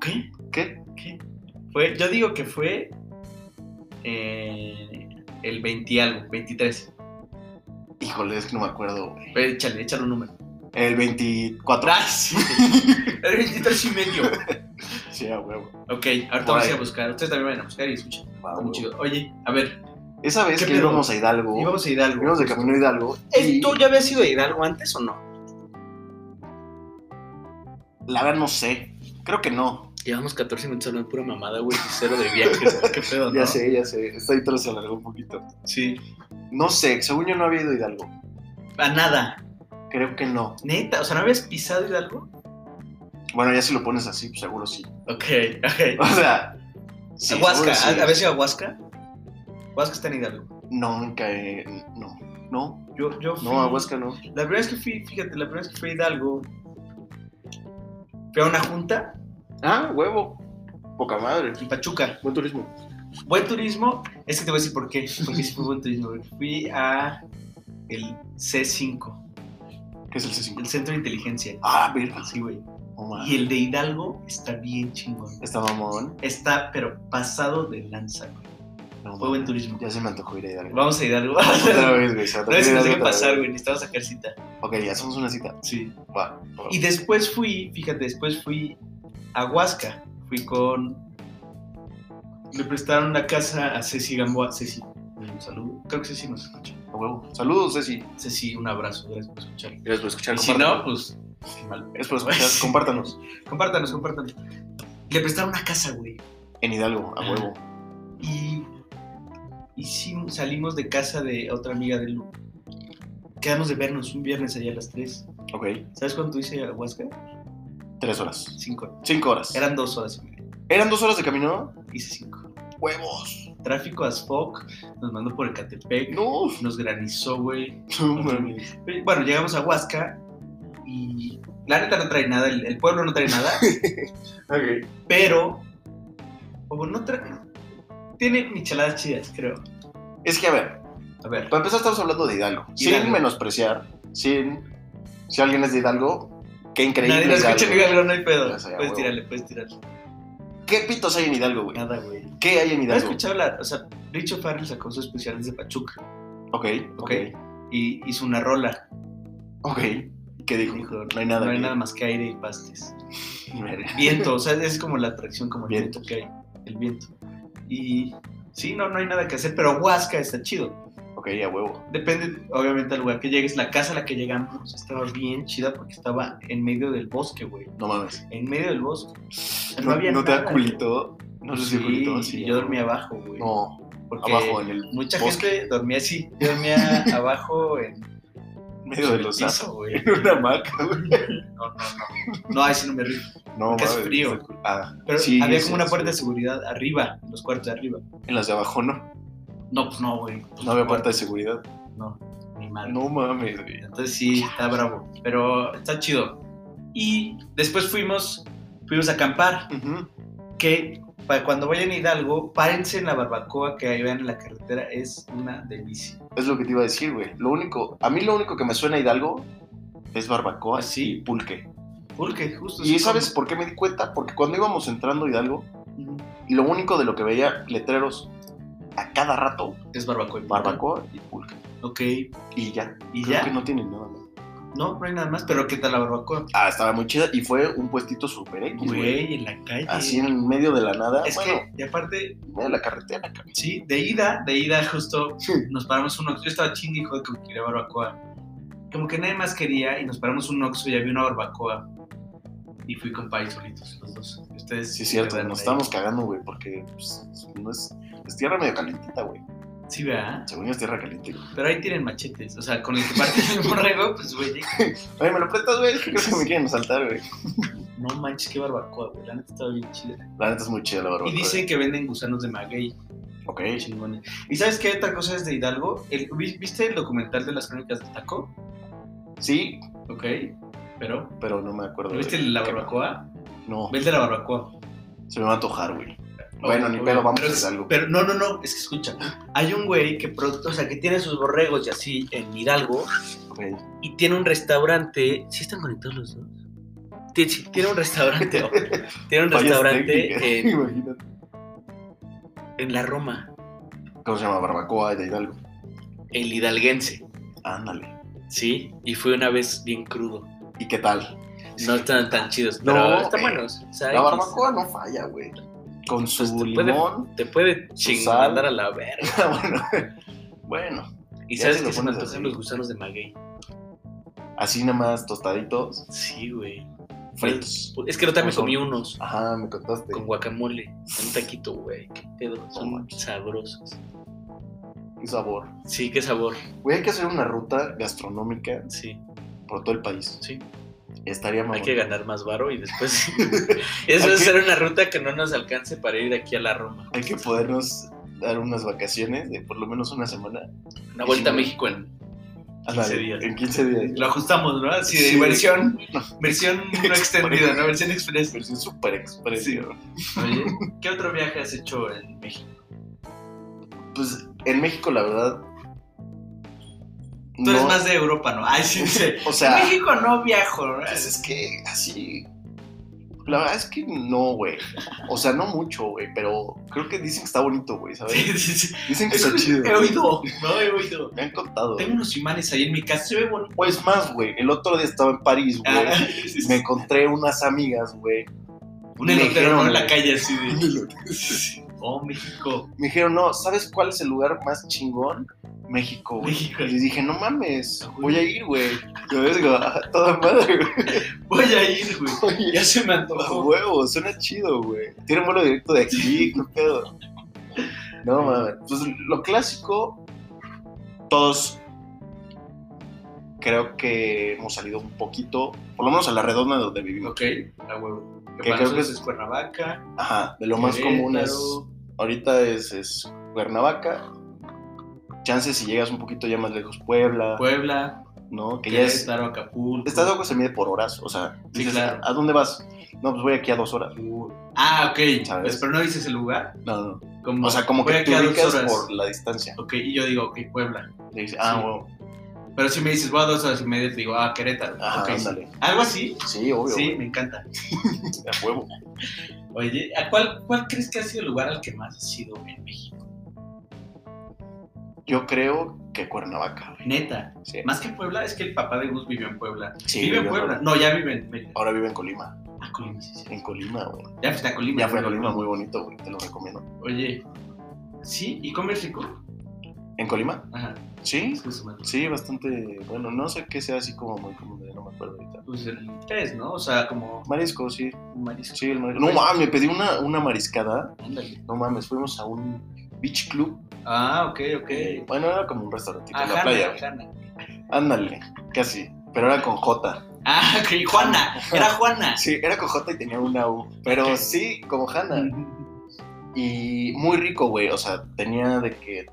[SPEAKER 1] ¿Qué?
[SPEAKER 2] ¿Qué?
[SPEAKER 1] ¿Qué? Fue, yo digo que fue eh, el 20 y algo, 23.
[SPEAKER 2] Híjole, es que no me acuerdo, güey.
[SPEAKER 1] Fue, Échale, échale un número.
[SPEAKER 2] El 24.
[SPEAKER 1] Ay, sí. El 23 y medio.
[SPEAKER 2] Sí, a huevo.
[SPEAKER 1] Ok, ahorita
[SPEAKER 2] Por
[SPEAKER 1] vamos a
[SPEAKER 2] ahí.
[SPEAKER 1] ir a buscar. Ustedes también van a buscar y escuchen.
[SPEAKER 2] Va,
[SPEAKER 1] Está muy
[SPEAKER 2] huevo.
[SPEAKER 1] chido. Oye, a ver,
[SPEAKER 2] Esa vez
[SPEAKER 1] ¿Qué
[SPEAKER 2] que
[SPEAKER 1] pedo?
[SPEAKER 2] íbamos a Hidalgo, Uh,
[SPEAKER 1] íbamos
[SPEAKER 2] íbamos,
[SPEAKER 1] a Hidalgo.
[SPEAKER 2] de camino a Hidalgo,
[SPEAKER 1] Eh,
[SPEAKER 2] y
[SPEAKER 1] ¿Tú ya habías ido a Hidalgo antes o no?
[SPEAKER 2] la verdad no sé. Creo que no.
[SPEAKER 1] Llevamos 14 minutos hablando de pura mamada, güey. Cero de viajes. Qué pedo, ¿no?
[SPEAKER 2] Ya sé, ya sé. Esta intro se alargó un poquito.
[SPEAKER 1] Sí.
[SPEAKER 2] No sé, según yo no había ido a Hidalgo.
[SPEAKER 1] A nada.
[SPEAKER 2] Creo que no.
[SPEAKER 1] Neta, o sea, ¿no habías pisado Hidalgo?
[SPEAKER 2] Bueno, ya si lo pones así, pues seguro sí.
[SPEAKER 1] Ok, ok.
[SPEAKER 2] O sea, Ah, sí,
[SPEAKER 1] Huasca,
[SPEAKER 2] seguro sí.
[SPEAKER 1] ¿ha- ¿habéis ido a Huasca? Huasca está en Hidalgo.
[SPEAKER 2] Nunca, he- no, no,
[SPEAKER 1] Yo, yo fui-
[SPEAKER 2] no, a Huasca no.
[SPEAKER 1] La primera vez que fui, fíjate, la primera vez que fui a Hidalgo, fui a una junta
[SPEAKER 2] Ah, huevo, poca madre,
[SPEAKER 1] en Pachuca.
[SPEAKER 2] buen turismo.
[SPEAKER 1] Buen turismo, es que te voy a decir por qué. Porque sí fue buen turismo. güey. Fui a el C5,
[SPEAKER 2] ¿Qué es el
[SPEAKER 1] el
[SPEAKER 2] C5?
[SPEAKER 1] Centro de Inteligencia.
[SPEAKER 2] Ah, verga, sí,
[SPEAKER 1] Sí, güey.
[SPEAKER 2] no mames.
[SPEAKER 1] Y el de Hidalgo está bien chingón.
[SPEAKER 2] Está mamón.
[SPEAKER 1] Está, pero pasado de lanza. güey.
[SPEAKER 2] No,
[SPEAKER 1] Fue buen
[SPEAKER 2] mames.
[SPEAKER 1] turismo.
[SPEAKER 2] Ya se me antojó ir a Hidalgo.
[SPEAKER 1] Vamos a Hidalgo.
[SPEAKER 2] Otra vez, güey. se me
[SPEAKER 1] No es que nos
[SPEAKER 2] antojó ir a
[SPEAKER 1] dejen
[SPEAKER 2] Hidalgo otra
[SPEAKER 1] pasar,
[SPEAKER 2] vez.
[SPEAKER 1] güey. Necesitamos sacar cita.
[SPEAKER 2] Ok, ya hacemos una cita.
[SPEAKER 1] Sí.
[SPEAKER 2] Va.
[SPEAKER 1] Y después fui, fíjate, después fui a Huasca. Fui con. Le prestaron la casa a Ceci Gamboa. Ceci, un saludo. Creo que Ceci nos escucha.
[SPEAKER 2] A huevo. Saludos, Ceci.
[SPEAKER 1] Ceci, un abrazo. Gracias por escuchar.
[SPEAKER 2] Gracias por escuchar.
[SPEAKER 1] Y si
[SPEAKER 2] compártanos.
[SPEAKER 1] no, pues. qué mal.
[SPEAKER 2] Es por escuchar. Compártanos.
[SPEAKER 1] Compártanos, compártanos. Le prestaron una casa, güey.
[SPEAKER 2] En Hidalgo, a huevo.
[SPEAKER 1] Y. Hicimos, salimos de casa de otra amiga de Lu. Quedamos de vernos un viernes allá a las 3.
[SPEAKER 2] Ok.
[SPEAKER 1] ¿Sabes cuánto hice a Huasca?
[SPEAKER 2] Tres horas.
[SPEAKER 1] 5.
[SPEAKER 2] Cinco horas.
[SPEAKER 1] Eran dos horas y media.
[SPEAKER 2] ¿Eran dos horas de camino?
[SPEAKER 1] Hice 5.
[SPEAKER 2] Huevos.
[SPEAKER 1] Tráfico as fuck. Nos mandó por Ecatepec.
[SPEAKER 2] No.
[SPEAKER 1] Nos granizó, güey.
[SPEAKER 2] No mames.
[SPEAKER 1] Pero, Bueno, llegamos a Huasca. Y. La neta no trae nada. El, el pueblo no trae nada.
[SPEAKER 2] Ok.
[SPEAKER 1] pero como no tra- tiene micheladas chidas, creo.
[SPEAKER 2] Es que, a ver,
[SPEAKER 1] A ver,
[SPEAKER 2] para empezar estamos hablando de Hidalgo.
[SPEAKER 1] Hidalgo.
[SPEAKER 2] Sin menospreciar, sin... Si alguien es de Hidalgo, qué increíble
[SPEAKER 1] nadie lo escucha en Hidalgo, no hay pedo.
[SPEAKER 2] Ya sé, a
[SPEAKER 1] Puedes
[SPEAKER 2] huevo.
[SPEAKER 1] tirarle, puedes tirarle.
[SPEAKER 2] ¿Qué pitos hay en Hidalgo, güey?
[SPEAKER 1] Nada, güey.
[SPEAKER 2] ¿Qué hay en
[SPEAKER 1] No he
[SPEAKER 2] Hidalgo?
[SPEAKER 1] escuchado hablar, o sea, Richo Farrell sacó sus especiales de Pachuca
[SPEAKER 2] Ok, ok,
[SPEAKER 1] y hizo una rola.
[SPEAKER 2] ok. ¿Qué dijo?
[SPEAKER 1] Dijo,
[SPEAKER 2] no hay nada.
[SPEAKER 1] No hay
[SPEAKER 2] aquí.
[SPEAKER 1] nada más que aire y pastes.
[SPEAKER 2] Verga.
[SPEAKER 1] Viento, o sea, es como la atracción, como el
[SPEAKER 2] Viento.
[SPEAKER 1] viento que hay, el viento. Y sí, no, no hay nada que hacer, pero Huasca está chido.
[SPEAKER 2] Ok, a huevo.
[SPEAKER 1] Depende, obviamente, al lugar que llegues. La casa a la que llegamos estaba bien chida porque estaba en medio del bosque, güey.
[SPEAKER 2] No mames.
[SPEAKER 1] En medio del bosque. No,
[SPEAKER 2] ¿No,
[SPEAKER 1] había
[SPEAKER 2] no te da
[SPEAKER 1] nada.
[SPEAKER 2] culito? No sé si
[SPEAKER 1] Sí,
[SPEAKER 2] culito. Sí,
[SPEAKER 1] y yo dormía abajo, güey.
[SPEAKER 2] No,
[SPEAKER 1] porque
[SPEAKER 2] abajo, en el
[SPEAKER 1] Mucha
[SPEAKER 2] bosque.
[SPEAKER 1] gente dormía así. Yo dormía abajo en
[SPEAKER 2] medio de los
[SPEAKER 1] el
[SPEAKER 2] asas.
[SPEAKER 1] piso, güey.
[SPEAKER 2] En una hamaca, güey.
[SPEAKER 1] No, no, no. No, ahí sí no me río.
[SPEAKER 2] No
[SPEAKER 1] Porque es
[SPEAKER 2] mames.
[SPEAKER 1] frío.
[SPEAKER 2] Ah,
[SPEAKER 1] Pero
[SPEAKER 2] Sí,
[SPEAKER 1] había
[SPEAKER 2] sí,
[SPEAKER 1] como una
[SPEAKER 2] sí.
[SPEAKER 1] puerta de seguridad arriba, en los cuartos de arriba.
[SPEAKER 2] en las de abajo no.
[SPEAKER 1] No, pues no, güey.
[SPEAKER 2] No había puerta de seguridad.
[SPEAKER 1] No, ni mal.
[SPEAKER 2] No mames, güey.
[SPEAKER 1] Entonces sí, está bravo. Pero está chido. Y después fuimos, fuimos a acampar.
[SPEAKER 2] Ujú.
[SPEAKER 1] que para cuando vayan a Hidalgo, párense en la barbacoa que ahí vean en la carretera, es una delicia.
[SPEAKER 2] Es lo que te iba a decir, güey. Lo único, a mí lo único que me suena a Hidalgo es barbacoa
[SPEAKER 1] Ah, sí.
[SPEAKER 2] y pulque.
[SPEAKER 1] Porque justo
[SPEAKER 2] Y
[SPEAKER 1] es
[SPEAKER 2] ¿sabes por qué me di cuenta? Porque cuando íbamos entrando a Hidalgo,
[SPEAKER 1] como-
[SPEAKER 2] Y lo único de lo que veía letreros a cada rato,
[SPEAKER 1] es barbacoa. y pulque.
[SPEAKER 2] barbacoa y pulque.
[SPEAKER 1] Ok,
[SPEAKER 2] Y ya.
[SPEAKER 1] y
[SPEAKER 2] Creo
[SPEAKER 1] ya.
[SPEAKER 2] que no tienen nada más.
[SPEAKER 1] No, no hay nada más, pero ¿qué tal la barbacoa?
[SPEAKER 2] Ah, estaba muy chida y fue un puestito super X, güey.
[SPEAKER 1] Güey, en la calle.
[SPEAKER 2] Así en medio de la nada.
[SPEAKER 1] es
[SPEAKER 2] bueno,
[SPEAKER 1] que, y aparte,
[SPEAKER 2] en medio de la carretera, cabrón.
[SPEAKER 1] sí, de ida, de ida justo nos paramos un oxo. Yo estaba chingue, hijo, que quería barbacoa. Como que nadie más quería y nos paramos un oxo y había una barbacoa. Y fui con Pai solitos, los dos. Ustedes
[SPEAKER 2] Sí, es cierto,
[SPEAKER 1] quedaron
[SPEAKER 2] nos
[SPEAKER 1] ahí.
[SPEAKER 2] estábamos cagando, güey, porque pues, no es, es tierra medio calentita, güey.
[SPEAKER 1] Sí, ¿verdad?
[SPEAKER 2] Según yo es tierra caliente, güey.
[SPEAKER 1] Pero ahí tienen machetes, o sea, con el que parten el borrego, pues güey,
[SPEAKER 2] Ay, ¿me lo prestas, güey? Creo que me quieren asaltar, güey.
[SPEAKER 1] no manches, qué barbacoa, güey, la neta estaba bien chida.
[SPEAKER 2] La neta es muy chida la barbacoa.
[SPEAKER 1] Y dicen que venden gusanos de maguey,
[SPEAKER 2] Ok.
[SPEAKER 1] qué chingones. ¿Y sabes qué otra cosa es de Hidalgo? El- ¿vi- ¿Viste el documental de las crónicas del taco?
[SPEAKER 2] Sí,
[SPEAKER 1] Ok, pero,
[SPEAKER 2] pero no me acuerdo.
[SPEAKER 1] ¿no viste
[SPEAKER 2] güey.
[SPEAKER 1] la barbacoa?
[SPEAKER 2] No,
[SPEAKER 1] Vende la barbacoa.
[SPEAKER 2] se me va a antojar, güey. Bueno, ni pedo, vamos a hacer algo.
[SPEAKER 1] Pero no, no, no, es que escucha, hay un güey que pronto, o sea, que tiene sus borregos y así en Hidalgo,
[SPEAKER 2] Ok.
[SPEAKER 1] y tiene un restaurante. ¿Sí están conectados los dos? Tiene, sí, tiene un restaurante. oh, tiene un
[SPEAKER 2] Fallas técnicas,
[SPEAKER 1] restaurante en,
[SPEAKER 2] Imagínate.
[SPEAKER 1] en la Roma,
[SPEAKER 2] ¿Cómo se llama? Barbacoa de Hidalgo.
[SPEAKER 1] el hidalguense.
[SPEAKER 2] Ándale.
[SPEAKER 1] Sí, y fue una vez bien crudo.
[SPEAKER 2] ¿Y qué tal?
[SPEAKER 1] No están tan chidos,
[SPEAKER 2] No,
[SPEAKER 1] pero están
[SPEAKER 2] eh,
[SPEAKER 1] buenos. O sea,
[SPEAKER 2] La
[SPEAKER 1] X,
[SPEAKER 2] barbacoa no falla, güey. Con su
[SPEAKER 1] Pues te puede-
[SPEAKER 2] limón.
[SPEAKER 1] Te puede
[SPEAKER 2] sal.
[SPEAKER 1] chingar a la verga.
[SPEAKER 2] bueno, bueno,
[SPEAKER 1] Y
[SPEAKER 2] Ya
[SPEAKER 1] sabes
[SPEAKER 2] si
[SPEAKER 1] que
[SPEAKER 2] lo
[SPEAKER 1] se me
[SPEAKER 2] pones
[SPEAKER 1] antojan
[SPEAKER 2] así.
[SPEAKER 1] los gusanos de maguey.
[SPEAKER 2] así nada más tostaditos,
[SPEAKER 1] Sí, güey.
[SPEAKER 2] fritos.
[SPEAKER 1] Es que el otro día me
[SPEAKER 2] Son-
[SPEAKER 1] comí unos
[SPEAKER 2] Ajá, me contaste.
[SPEAKER 1] con guacamole, en un taquito, güey. Qué pedo.
[SPEAKER 2] Este, No
[SPEAKER 1] Son
[SPEAKER 2] manches.
[SPEAKER 1] sabrosos.
[SPEAKER 2] Qué sabor.
[SPEAKER 1] Sí, qué sabor.
[SPEAKER 2] Güey, hay que hacer una ruta gastronómica
[SPEAKER 1] Sí.
[SPEAKER 2] por todo el país.
[SPEAKER 1] Sí.
[SPEAKER 2] Estaría mamón.
[SPEAKER 1] Hay que ganar más varo y después. Eso es
[SPEAKER 2] que-
[SPEAKER 1] hacer una ruta que no nos alcance para ir aquí a la Roma.
[SPEAKER 2] Hay que podernos dar unas vacaciones de por lo menos una semana.
[SPEAKER 1] Una vuelta a México en.
[SPEAKER 2] Ándale,
[SPEAKER 1] 15 días.
[SPEAKER 2] En 15 días.
[SPEAKER 1] Lo ajustamos, ¿no? Así de
[SPEAKER 2] Sí.
[SPEAKER 1] versión. Versión no extendida, ¿no? Versión
[SPEAKER 2] Es
[SPEAKER 1] express.
[SPEAKER 2] versión super express.
[SPEAKER 1] Sí.
[SPEAKER 2] ¿no?
[SPEAKER 1] Oye, ¿qué otro viaje has hecho en México?
[SPEAKER 2] Pues en México, la verdad.
[SPEAKER 1] Tú eres más de Europa, ¿no? Ay, sí, sí.
[SPEAKER 2] O sea,
[SPEAKER 1] México no viajo, ¿no?
[SPEAKER 2] pues es que así. La verdad es que no, güey. O sea, no mucho, güey. Pero creo que dicen que está bonito, güey, ¿sabes?
[SPEAKER 1] Sí, sí, sí.
[SPEAKER 2] Dicen que
[SPEAKER 1] Es
[SPEAKER 2] está
[SPEAKER 1] que
[SPEAKER 2] chido.
[SPEAKER 1] he oído, no he oído.
[SPEAKER 2] Me han contado.
[SPEAKER 1] Tengo unos imanes ahí en mi casa, se ve bonito.
[SPEAKER 2] Pues más, güey. El otro día estaba en París, güey.
[SPEAKER 1] Ah, sí, sí, sí.
[SPEAKER 2] Me encontré unas amigas, güey.
[SPEAKER 1] Un
[SPEAKER 2] Me
[SPEAKER 1] elotero ¿no?
[SPEAKER 2] dijeron,
[SPEAKER 1] en la
[SPEAKER 2] güey.
[SPEAKER 1] calle así de.
[SPEAKER 2] Un elotero.
[SPEAKER 1] Oh, México.
[SPEAKER 2] Me dijeron, no, ¿sabes cuál es el lugar más chingón? México, güey.
[SPEAKER 1] México.
[SPEAKER 2] Y les dije, no mames, voy a ir, güey. Yo les digo, "Ah, toda madre, güey.
[SPEAKER 1] Voy a ir, güey.
[SPEAKER 2] Oye,
[SPEAKER 1] Ya se me
[SPEAKER 2] a
[SPEAKER 1] antojó.
[SPEAKER 2] huevo, suena chido, güey. Tiene vuelo directo de aquí, qué pedo. No mames. Pues lo clásico, todos creo que hemos salido un poquito, por lo menos a la redonda de donde vivimos.
[SPEAKER 1] Ok, a huevo.
[SPEAKER 2] Que creo que
[SPEAKER 1] Capazos
[SPEAKER 2] es-
[SPEAKER 1] es Cuernavaca.
[SPEAKER 2] Ajá, de lo más común es.
[SPEAKER 1] Querétaro.
[SPEAKER 2] Ahorita es, es Cuernavaca. Chances si llegas un poquito ya más lejos, Puebla,
[SPEAKER 1] Puebla,
[SPEAKER 2] ¿no? Que ya es.
[SPEAKER 1] Querétaro, Acapulco.
[SPEAKER 2] Estás loco se mide por horas, o sea,
[SPEAKER 1] Sí,
[SPEAKER 2] dices,
[SPEAKER 1] claro.
[SPEAKER 2] ¿a dónde vas? No, pues voy aquí a dos horas.
[SPEAKER 1] Uh, Ah, ok.
[SPEAKER 2] ¿Sabes?
[SPEAKER 1] Pues, pero no dices el lugar.
[SPEAKER 2] No, no.
[SPEAKER 1] Como,
[SPEAKER 2] O sea, como que
[SPEAKER 1] voy aquí
[SPEAKER 2] te
[SPEAKER 1] a dos
[SPEAKER 2] ubicas
[SPEAKER 1] horas.
[SPEAKER 2] por la distancia.
[SPEAKER 1] Ok, y yo digo, ok, Puebla.
[SPEAKER 2] Y dices, ah,
[SPEAKER 1] Sí.
[SPEAKER 2] wow.
[SPEAKER 1] Pero si me dices, voy a dos horas y media, te digo, ah, Querétaro.
[SPEAKER 2] Ajá,
[SPEAKER 1] Ok.
[SPEAKER 2] ándale.
[SPEAKER 1] Algo así.
[SPEAKER 2] Sí, obvio.
[SPEAKER 1] sí,
[SPEAKER 2] güey,
[SPEAKER 1] me encanta.
[SPEAKER 2] A huevo.
[SPEAKER 1] Oye, ¿a cuál, cuál crees que ha sido el lugar al que más has sido en México?
[SPEAKER 2] Yo creo que Cuernavaca, güey.
[SPEAKER 1] Neta.
[SPEAKER 2] Sí.
[SPEAKER 1] Más que Puebla, es que el papá de Gus vivió en Puebla.
[SPEAKER 2] Sí,
[SPEAKER 1] vive en
[SPEAKER 2] vive en
[SPEAKER 1] Puebla. No, ya vive en Mérida.
[SPEAKER 2] Ahora vive en Colima.
[SPEAKER 1] Ah, Colima, sí, sí.
[SPEAKER 2] En Colima, güey.
[SPEAKER 1] Ya pues, fuiste a Colima.
[SPEAKER 2] Ya fue a
[SPEAKER 1] ¿no?
[SPEAKER 2] Colima, muy bonito, güey. Te lo recomiendo.
[SPEAKER 1] Oye, ¿sí? ¿Y comes rico?
[SPEAKER 2] ¿En Colima?
[SPEAKER 1] Ajá,
[SPEAKER 2] Sí,
[SPEAKER 1] es que su madre.
[SPEAKER 2] Sí, bastante. Bueno, no sé qué sea así como muy común, no me acuerdo ahorita.
[SPEAKER 1] Pues el pez, ¿no? O sea, como
[SPEAKER 2] Marisco, sí.
[SPEAKER 1] un marisco.
[SPEAKER 2] Sí, el marisco. No mames, me pedí una, una mariscada.
[SPEAKER 1] Ándale.
[SPEAKER 2] No mames, fuimos a un beach club.
[SPEAKER 1] Ah, ok, ok.
[SPEAKER 2] Eh, Bueno, era como un restaurante
[SPEAKER 1] Ah,
[SPEAKER 2] en la playa. güey.
[SPEAKER 1] Jana.
[SPEAKER 2] Ándale, casi. Pero era con J.
[SPEAKER 1] Ah, ok, Juana. Era Juana.
[SPEAKER 2] Sí, era con J y tenía una U. Pero sí, como
[SPEAKER 1] Mm.
[SPEAKER 2] Hanna.
[SPEAKER 1] Ujú.
[SPEAKER 2] Y muy rico, güey. O sea, tenía de que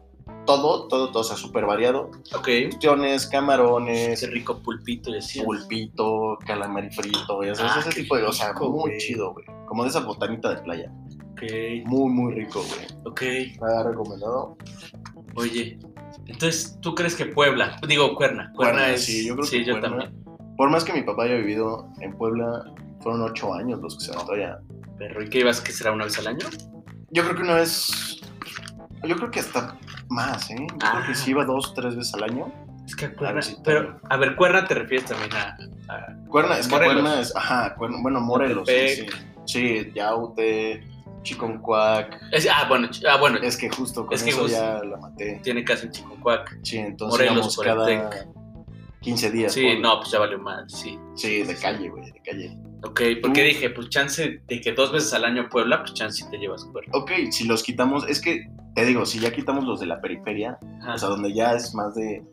[SPEAKER 2] todo, todo, todo, o sea, súper variado.
[SPEAKER 1] Ok.
[SPEAKER 2] Opciones, camarones,
[SPEAKER 1] Ese rico pulpito decía.
[SPEAKER 2] pulpito, calamari frito, güey. O sea,
[SPEAKER 1] Ah,
[SPEAKER 2] ese
[SPEAKER 1] qué
[SPEAKER 2] tipo de O sea,
[SPEAKER 1] rico,
[SPEAKER 2] muy
[SPEAKER 1] güey.
[SPEAKER 2] chido, güey. Como de esa botanita de playa.
[SPEAKER 1] Ok,
[SPEAKER 2] Muy, muy rico, güey.
[SPEAKER 1] ok.
[SPEAKER 2] Nada recomendado.
[SPEAKER 1] Oye, entonces, ¿tú crees que Puebla? Digo, Cuerna. Cuerna,
[SPEAKER 2] Cuerna,
[SPEAKER 1] es...
[SPEAKER 2] sí, yo creo que
[SPEAKER 1] yo
[SPEAKER 2] Cuerna.
[SPEAKER 1] también.
[SPEAKER 2] Por más que mi papá haya vivido en Puebla, fueron ocho años los que se aventó allá.
[SPEAKER 1] Pero, ¿y qué ibas? que será una vez al año?
[SPEAKER 2] Yo creo que una vez. Yo creo que hasta más, ¿eh? Yo creo
[SPEAKER 1] Ah.
[SPEAKER 2] que sí iba dos, tres veces al año.
[SPEAKER 1] Es que a
[SPEAKER 2] A
[SPEAKER 1] Cuerna...
[SPEAKER 2] ver si-
[SPEAKER 1] pero, a ver, Cuerna te refieres también a... a-
[SPEAKER 2] Cuerna, es que
[SPEAKER 1] Morelos.
[SPEAKER 2] Cuerna es. Ajá, Cuerna- bueno, Morelos, sí, sí. Sí, Yaute, Chiconcuac.
[SPEAKER 1] es- ah, bueno, ch- ah, bueno
[SPEAKER 2] Es que justo con
[SPEAKER 1] Es que
[SPEAKER 2] eso
[SPEAKER 1] vos-
[SPEAKER 2] ya la maté.
[SPEAKER 1] tiene casi un chico cuac.
[SPEAKER 2] Sí, entonces
[SPEAKER 1] Morelos,
[SPEAKER 2] íbamos cada
[SPEAKER 1] Zacatec.
[SPEAKER 2] 15 días.
[SPEAKER 1] Sí,
[SPEAKER 2] Puebla.
[SPEAKER 1] no, pues ya valió mal, sí.
[SPEAKER 2] Sí, de calle, güey, de calle.
[SPEAKER 1] Ok, porque
[SPEAKER 2] Tú-
[SPEAKER 1] dije, pues chance de que dos veces al año a Puebla, pues chance te llevas cuerno.
[SPEAKER 2] Ok, si los quitamos, es que te digo, si ya quitamos los de la periferia,
[SPEAKER 1] Ajá.
[SPEAKER 2] o sea, donde ya es más de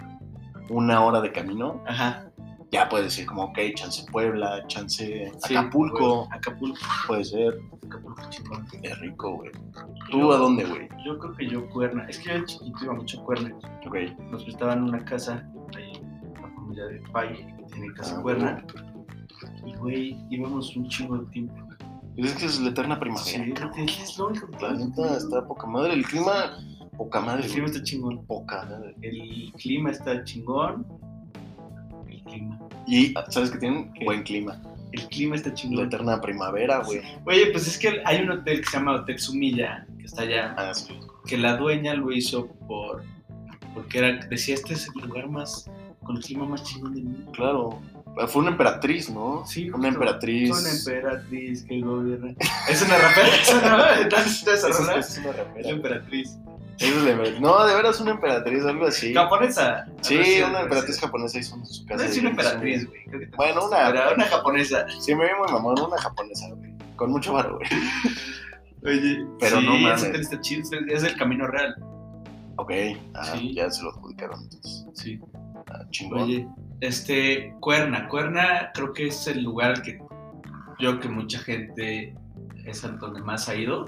[SPEAKER 2] una hora de camino,
[SPEAKER 1] Ajá.
[SPEAKER 2] ya puedes decir como, ok, chance Puebla, chance
[SPEAKER 1] sí,
[SPEAKER 2] Acapulco,
[SPEAKER 1] güey. Acapulco,
[SPEAKER 2] puede ser,
[SPEAKER 1] Acapulco, chingón.
[SPEAKER 2] es rico, güey. ¿Tú a dónde, güey?
[SPEAKER 1] Yo creo que yo cuerna. Es que yo de chiquito iba mucho a cuerna.
[SPEAKER 2] Ok,
[SPEAKER 1] Nos prestaban una casa ahí en la familia de Pai, que tiene casa
[SPEAKER 2] Ah,
[SPEAKER 1] cuerna. Y güey, íbamos un chingo de tiempo.
[SPEAKER 2] es que es la eterna primavera.
[SPEAKER 1] Sí,
[SPEAKER 2] cabrón.
[SPEAKER 1] es lo único
[SPEAKER 2] La neta está poca madre, el clima, poca madre,
[SPEAKER 1] El clima
[SPEAKER 2] güey,
[SPEAKER 1] está chingón.
[SPEAKER 2] poca madre.
[SPEAKER 1] El clima está chingón. El clima.
[SPEAKER 2] Y sabes que tienen buen clima,
[SPEAKER 1] El clima está
[SPEAKER 2] la
[SPEAKER 1] chingón.
[SPEAKER 2] eterna primavera, güey.
[SPEAKER 1] Oye, pues es que hay un hotel que se llama Hotel Sumilla, que está allá,
[SPEAKER 2] Ah, sí.
[SPEAKER 1] que la dueña lo hizo por. Porque era, decía, este es el lugar más. con el clima más chingón del mundo.
[SPEAKER 2] Claro, Ah, fue una emperatriz, ¿no?
[SPEAKER 1] Sí,
[SPEAKER 2] Una
[SPEAKER 1] justo.
[SPEAKER 2] emperatriz.
[SPEAKER 1] Es una emperatriz que gobierna. Es una rapera, es una ¿Estás
[SPEAKER 2] Esa es-
[SPEAKER 1] rola?
[SPEAKER 2] es una
[SPEAKER 1] Es la
[SPEAKER 2] ramera.
[SPEAKER 1] emperatriz.
[SPEAKER 2] Esa es la emper- No, de veras una emperatriz, algo así.
[SPEAKER 1] Japonesa. Ah, No
[SPEAKER 2] Sí,
[SPEAKER 1] sé,
[SPEAKER 2] una emperatriz
[SPEAKER 1] parece-
[SPEAKER 2] japonesa hizo en su
[SPEAKER 1] No
[SPEAKER 2] casa.
[SPEAKER 1] es una emperatriz, güey. creo que te-
[SPEAKER 2] Bueno, una-
[SPEAKER 1] Era una japonesa.
[SPEAKER 2] Sí, me vi muy mamón, una japonesa, güey. Con mucho varo, güey.
[SPEAKER 1] Oye,
[SPEAKER 2] Pero
[SPEAKER 1] sí,
[SPEAKER 2] no mames.
[SPEAKER 1] ese hotel está chido, es el camino real.
[SPEAKER 2] Ok, ah,
[SPEAKER 1] Sí.
[SPEAKER 2] ya se lo adjudicaron entonces.
[SPEAKER 1] Sí.
[SPEAKER 2] Ah, chingón.
[SPEAKER 1] Oye, Este, Cuerna. Cuerna creo que es el lugar al que yo creo que mucha gente es al donde más ha ido.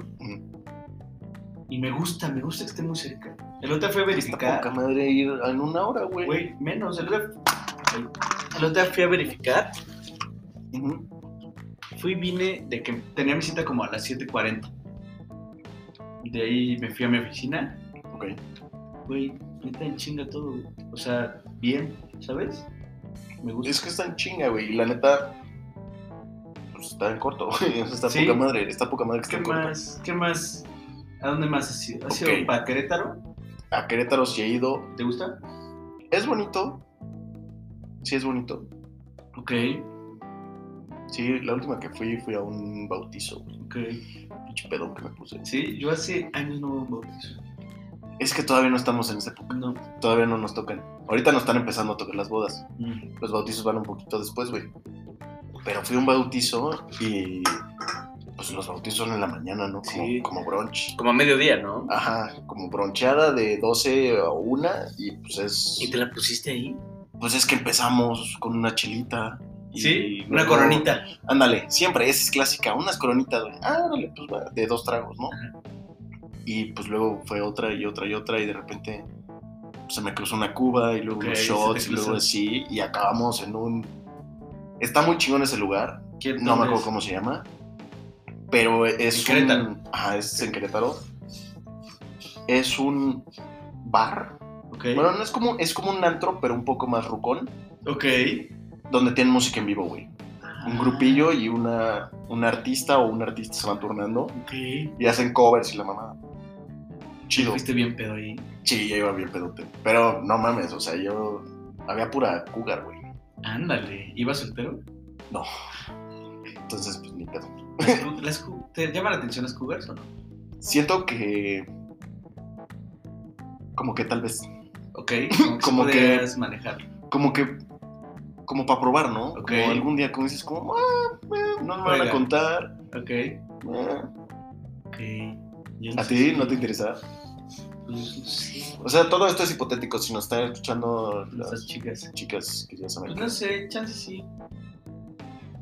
[SPEAKER 1] Y me gusta, me gusta que esté muy cerca. El otro día fui a
[SPEAKER 2] Está poca
[SPEAKER 1] verificar.
[SPEAKER 2] madre ir en una hora, güey.
[SPEAKER 1] Güey, menos. El otro, día- el otro día fui a verificar.
[SPEAKER 2] Ujú.
[SPEAKER 1] Fui y vine de que tenía mi cita como a las 7.40. De ahí me fui a mi oficina.
[SPEAKER 2] Ok.
[SPEAKER 1] Güey, neta en chinga todo. güey. O sea, bien, ¿sabes? Me gusta.
[SPEAKER 2] Pues Es que está en chinga, güey. Y la neta, pues está en corto, güey. O sea, está
[SPEAKER 1] Sí.
[SPEAKER 2] poca madre. Está poca madre que está
[SPEAKER 1] ¿Qué
[SPEAKER 2] en corto.
[SPEAKER 1] más? ¿Qué más? ¿A dónde más has ido? ¿Has
[SPEAKER 2] Ok.
[SPEAKER 1] ido para Querétaro?
[SPEAKER 2] A Querétaro sí he ido.
[SPEAKER 1] ¿Te gusta?
[SPEAKER 2] Es bonito. Sí, es bonito.
[SPEAKER 1] Ok,
[SPEAKER 2] Sí, la última que fui, fui a un bautizo, güey.
[SPEAKER 1] ok.
[SPEAKER 2] Pinche pedón que me puse.
[SPEAKER 1] Sí, yo hace años no voy a un bautizo.
[SPEAKER 2] Es que todavía no estamos en esa época.
[SPEAKER 1] No.
[SPEAKER 2] Todavía no nos tocan. Ahorita nos están empezando a tocar las bodas.
[SPEAKER 1] Mm.
[SPEAKER 2] los bautizos van un poquito después, güey. Pero fui a un bautizo y pues los bautizos son en la mañana, ¿no? Como,
[SPEAKER 1] Sí.
[SPEAKER 2] como brunch.
[SPEAKER 3] Como a mediodía, ¿no?
[SPEAKER 1] Ah,
[SPEAKER 2] Ajá, como broncheada de 12 a 1 y pues es...
[SPEAKER 3] ¿Y te la pusiste ahí?
[SPEAKER 2] Pues es que empezamos con una chelita. y
[SPEAKER 1] Sí, una
[SPEAKER 2] luego-
[SPEAKER 1] coronita.
[SPEAKER 2] Ándale, siempre, esa es clásica, unas coronitas, güey. Ah, órale, pues va, de dos tragos, ¿no? Y pues luego fue otra y otra y otra y de repente se me cruzó una cuba y luego
[SPEAKER 1] Ok,
[SPEAKER 2] unos
[SPEAKER 1] se te
[SPEAKER 2] shots y
[SPEAKER 1] cruzó.
[SPEAKER 2] luego así y acabamos en un... Está muy chingón ese lugar,
[SPEAKER 1] ¿Quién
[SPEAKER 2] no me
[SPEAKER 1] dónde
[SPEAKER 2] acuerdo
[SPEAKER 1] es?
[SPEAKER 2] cómo se llama, pero es
[SPEAKER 1] En
[SPEAKER 2] un-
[SPEAKER 1] Querétaro.
[SPEAKER 2] Ajá, es en Querétaro. Es un bar.
[SPEAKER 1] Ok.
[SPEAKER 2] Bueno, no es como, es como un antro, pero un poco más rucón,
[SPEAKER 1] ok.
[SPEAKER 2] donde tienen música en vivo, güey un grupillo y una, un artista o un artista se van turnando
[SPEAKER 1] Ah, Ok.
[SPEAKER 2] y hacen covers y la mamada. Chido.
[SPEAKER 1] Fuiste bien pedo ahí.
[SPEAKER 2] Sí, ya iba bien pedote. Pero no mames, o sea, yo había pura cougar, güey.
[SPEAKER 1] Ándale. ¿Ibas soltero?
[SPEAKER 2] Entonces, pues ni pedo.
[SPEAKER 1] ¿Las cu- las cu- ¿Te llama la atención las cougars o no?
[SPEAKER 2] Siento que. Como que tal vez.
[SPEAKER 1] Ok. Como que,
[SPEAKER 2] Como
[SPEAKER 1] como
[SPEAKER 2] que-
[SPEAKER 1] manejarlo.
[SPEAKER 2] Como que. Como para probar, ¿no?
[SPEAKER 1] Ok.
[SPEAKER 2] Como algún día, como dices, como. Ah, eh, no me van a
[SPEAKER 1] Juega.
[SPEAKER 2] contar.
[SPEAKER 1] Ok.
[SPEAKER 2] eh.
[SPEAKER 1] Ok. Yo
[SPEAKER 2] ¿A
[SPEAKER 1] sé
[SPEAKER 2] ti
[SPEAKER 1] si-
[SPEAKER 2] no te interesa?
[SPEAKER 1] Pues, no sé.
[SPEAKER 2] O sea, todo esto es hipotético. Si nos están escuchando
[SPEAKER 1] Esas
[SPEAKER 2] las
[SPEAKER 1] chicas.
[SPEAKER 2] chicas que ya saben.
[SPEAKER 1] Pues
[SPEAKER 2] que-
[SPEAKER 1] no sé, chance sí.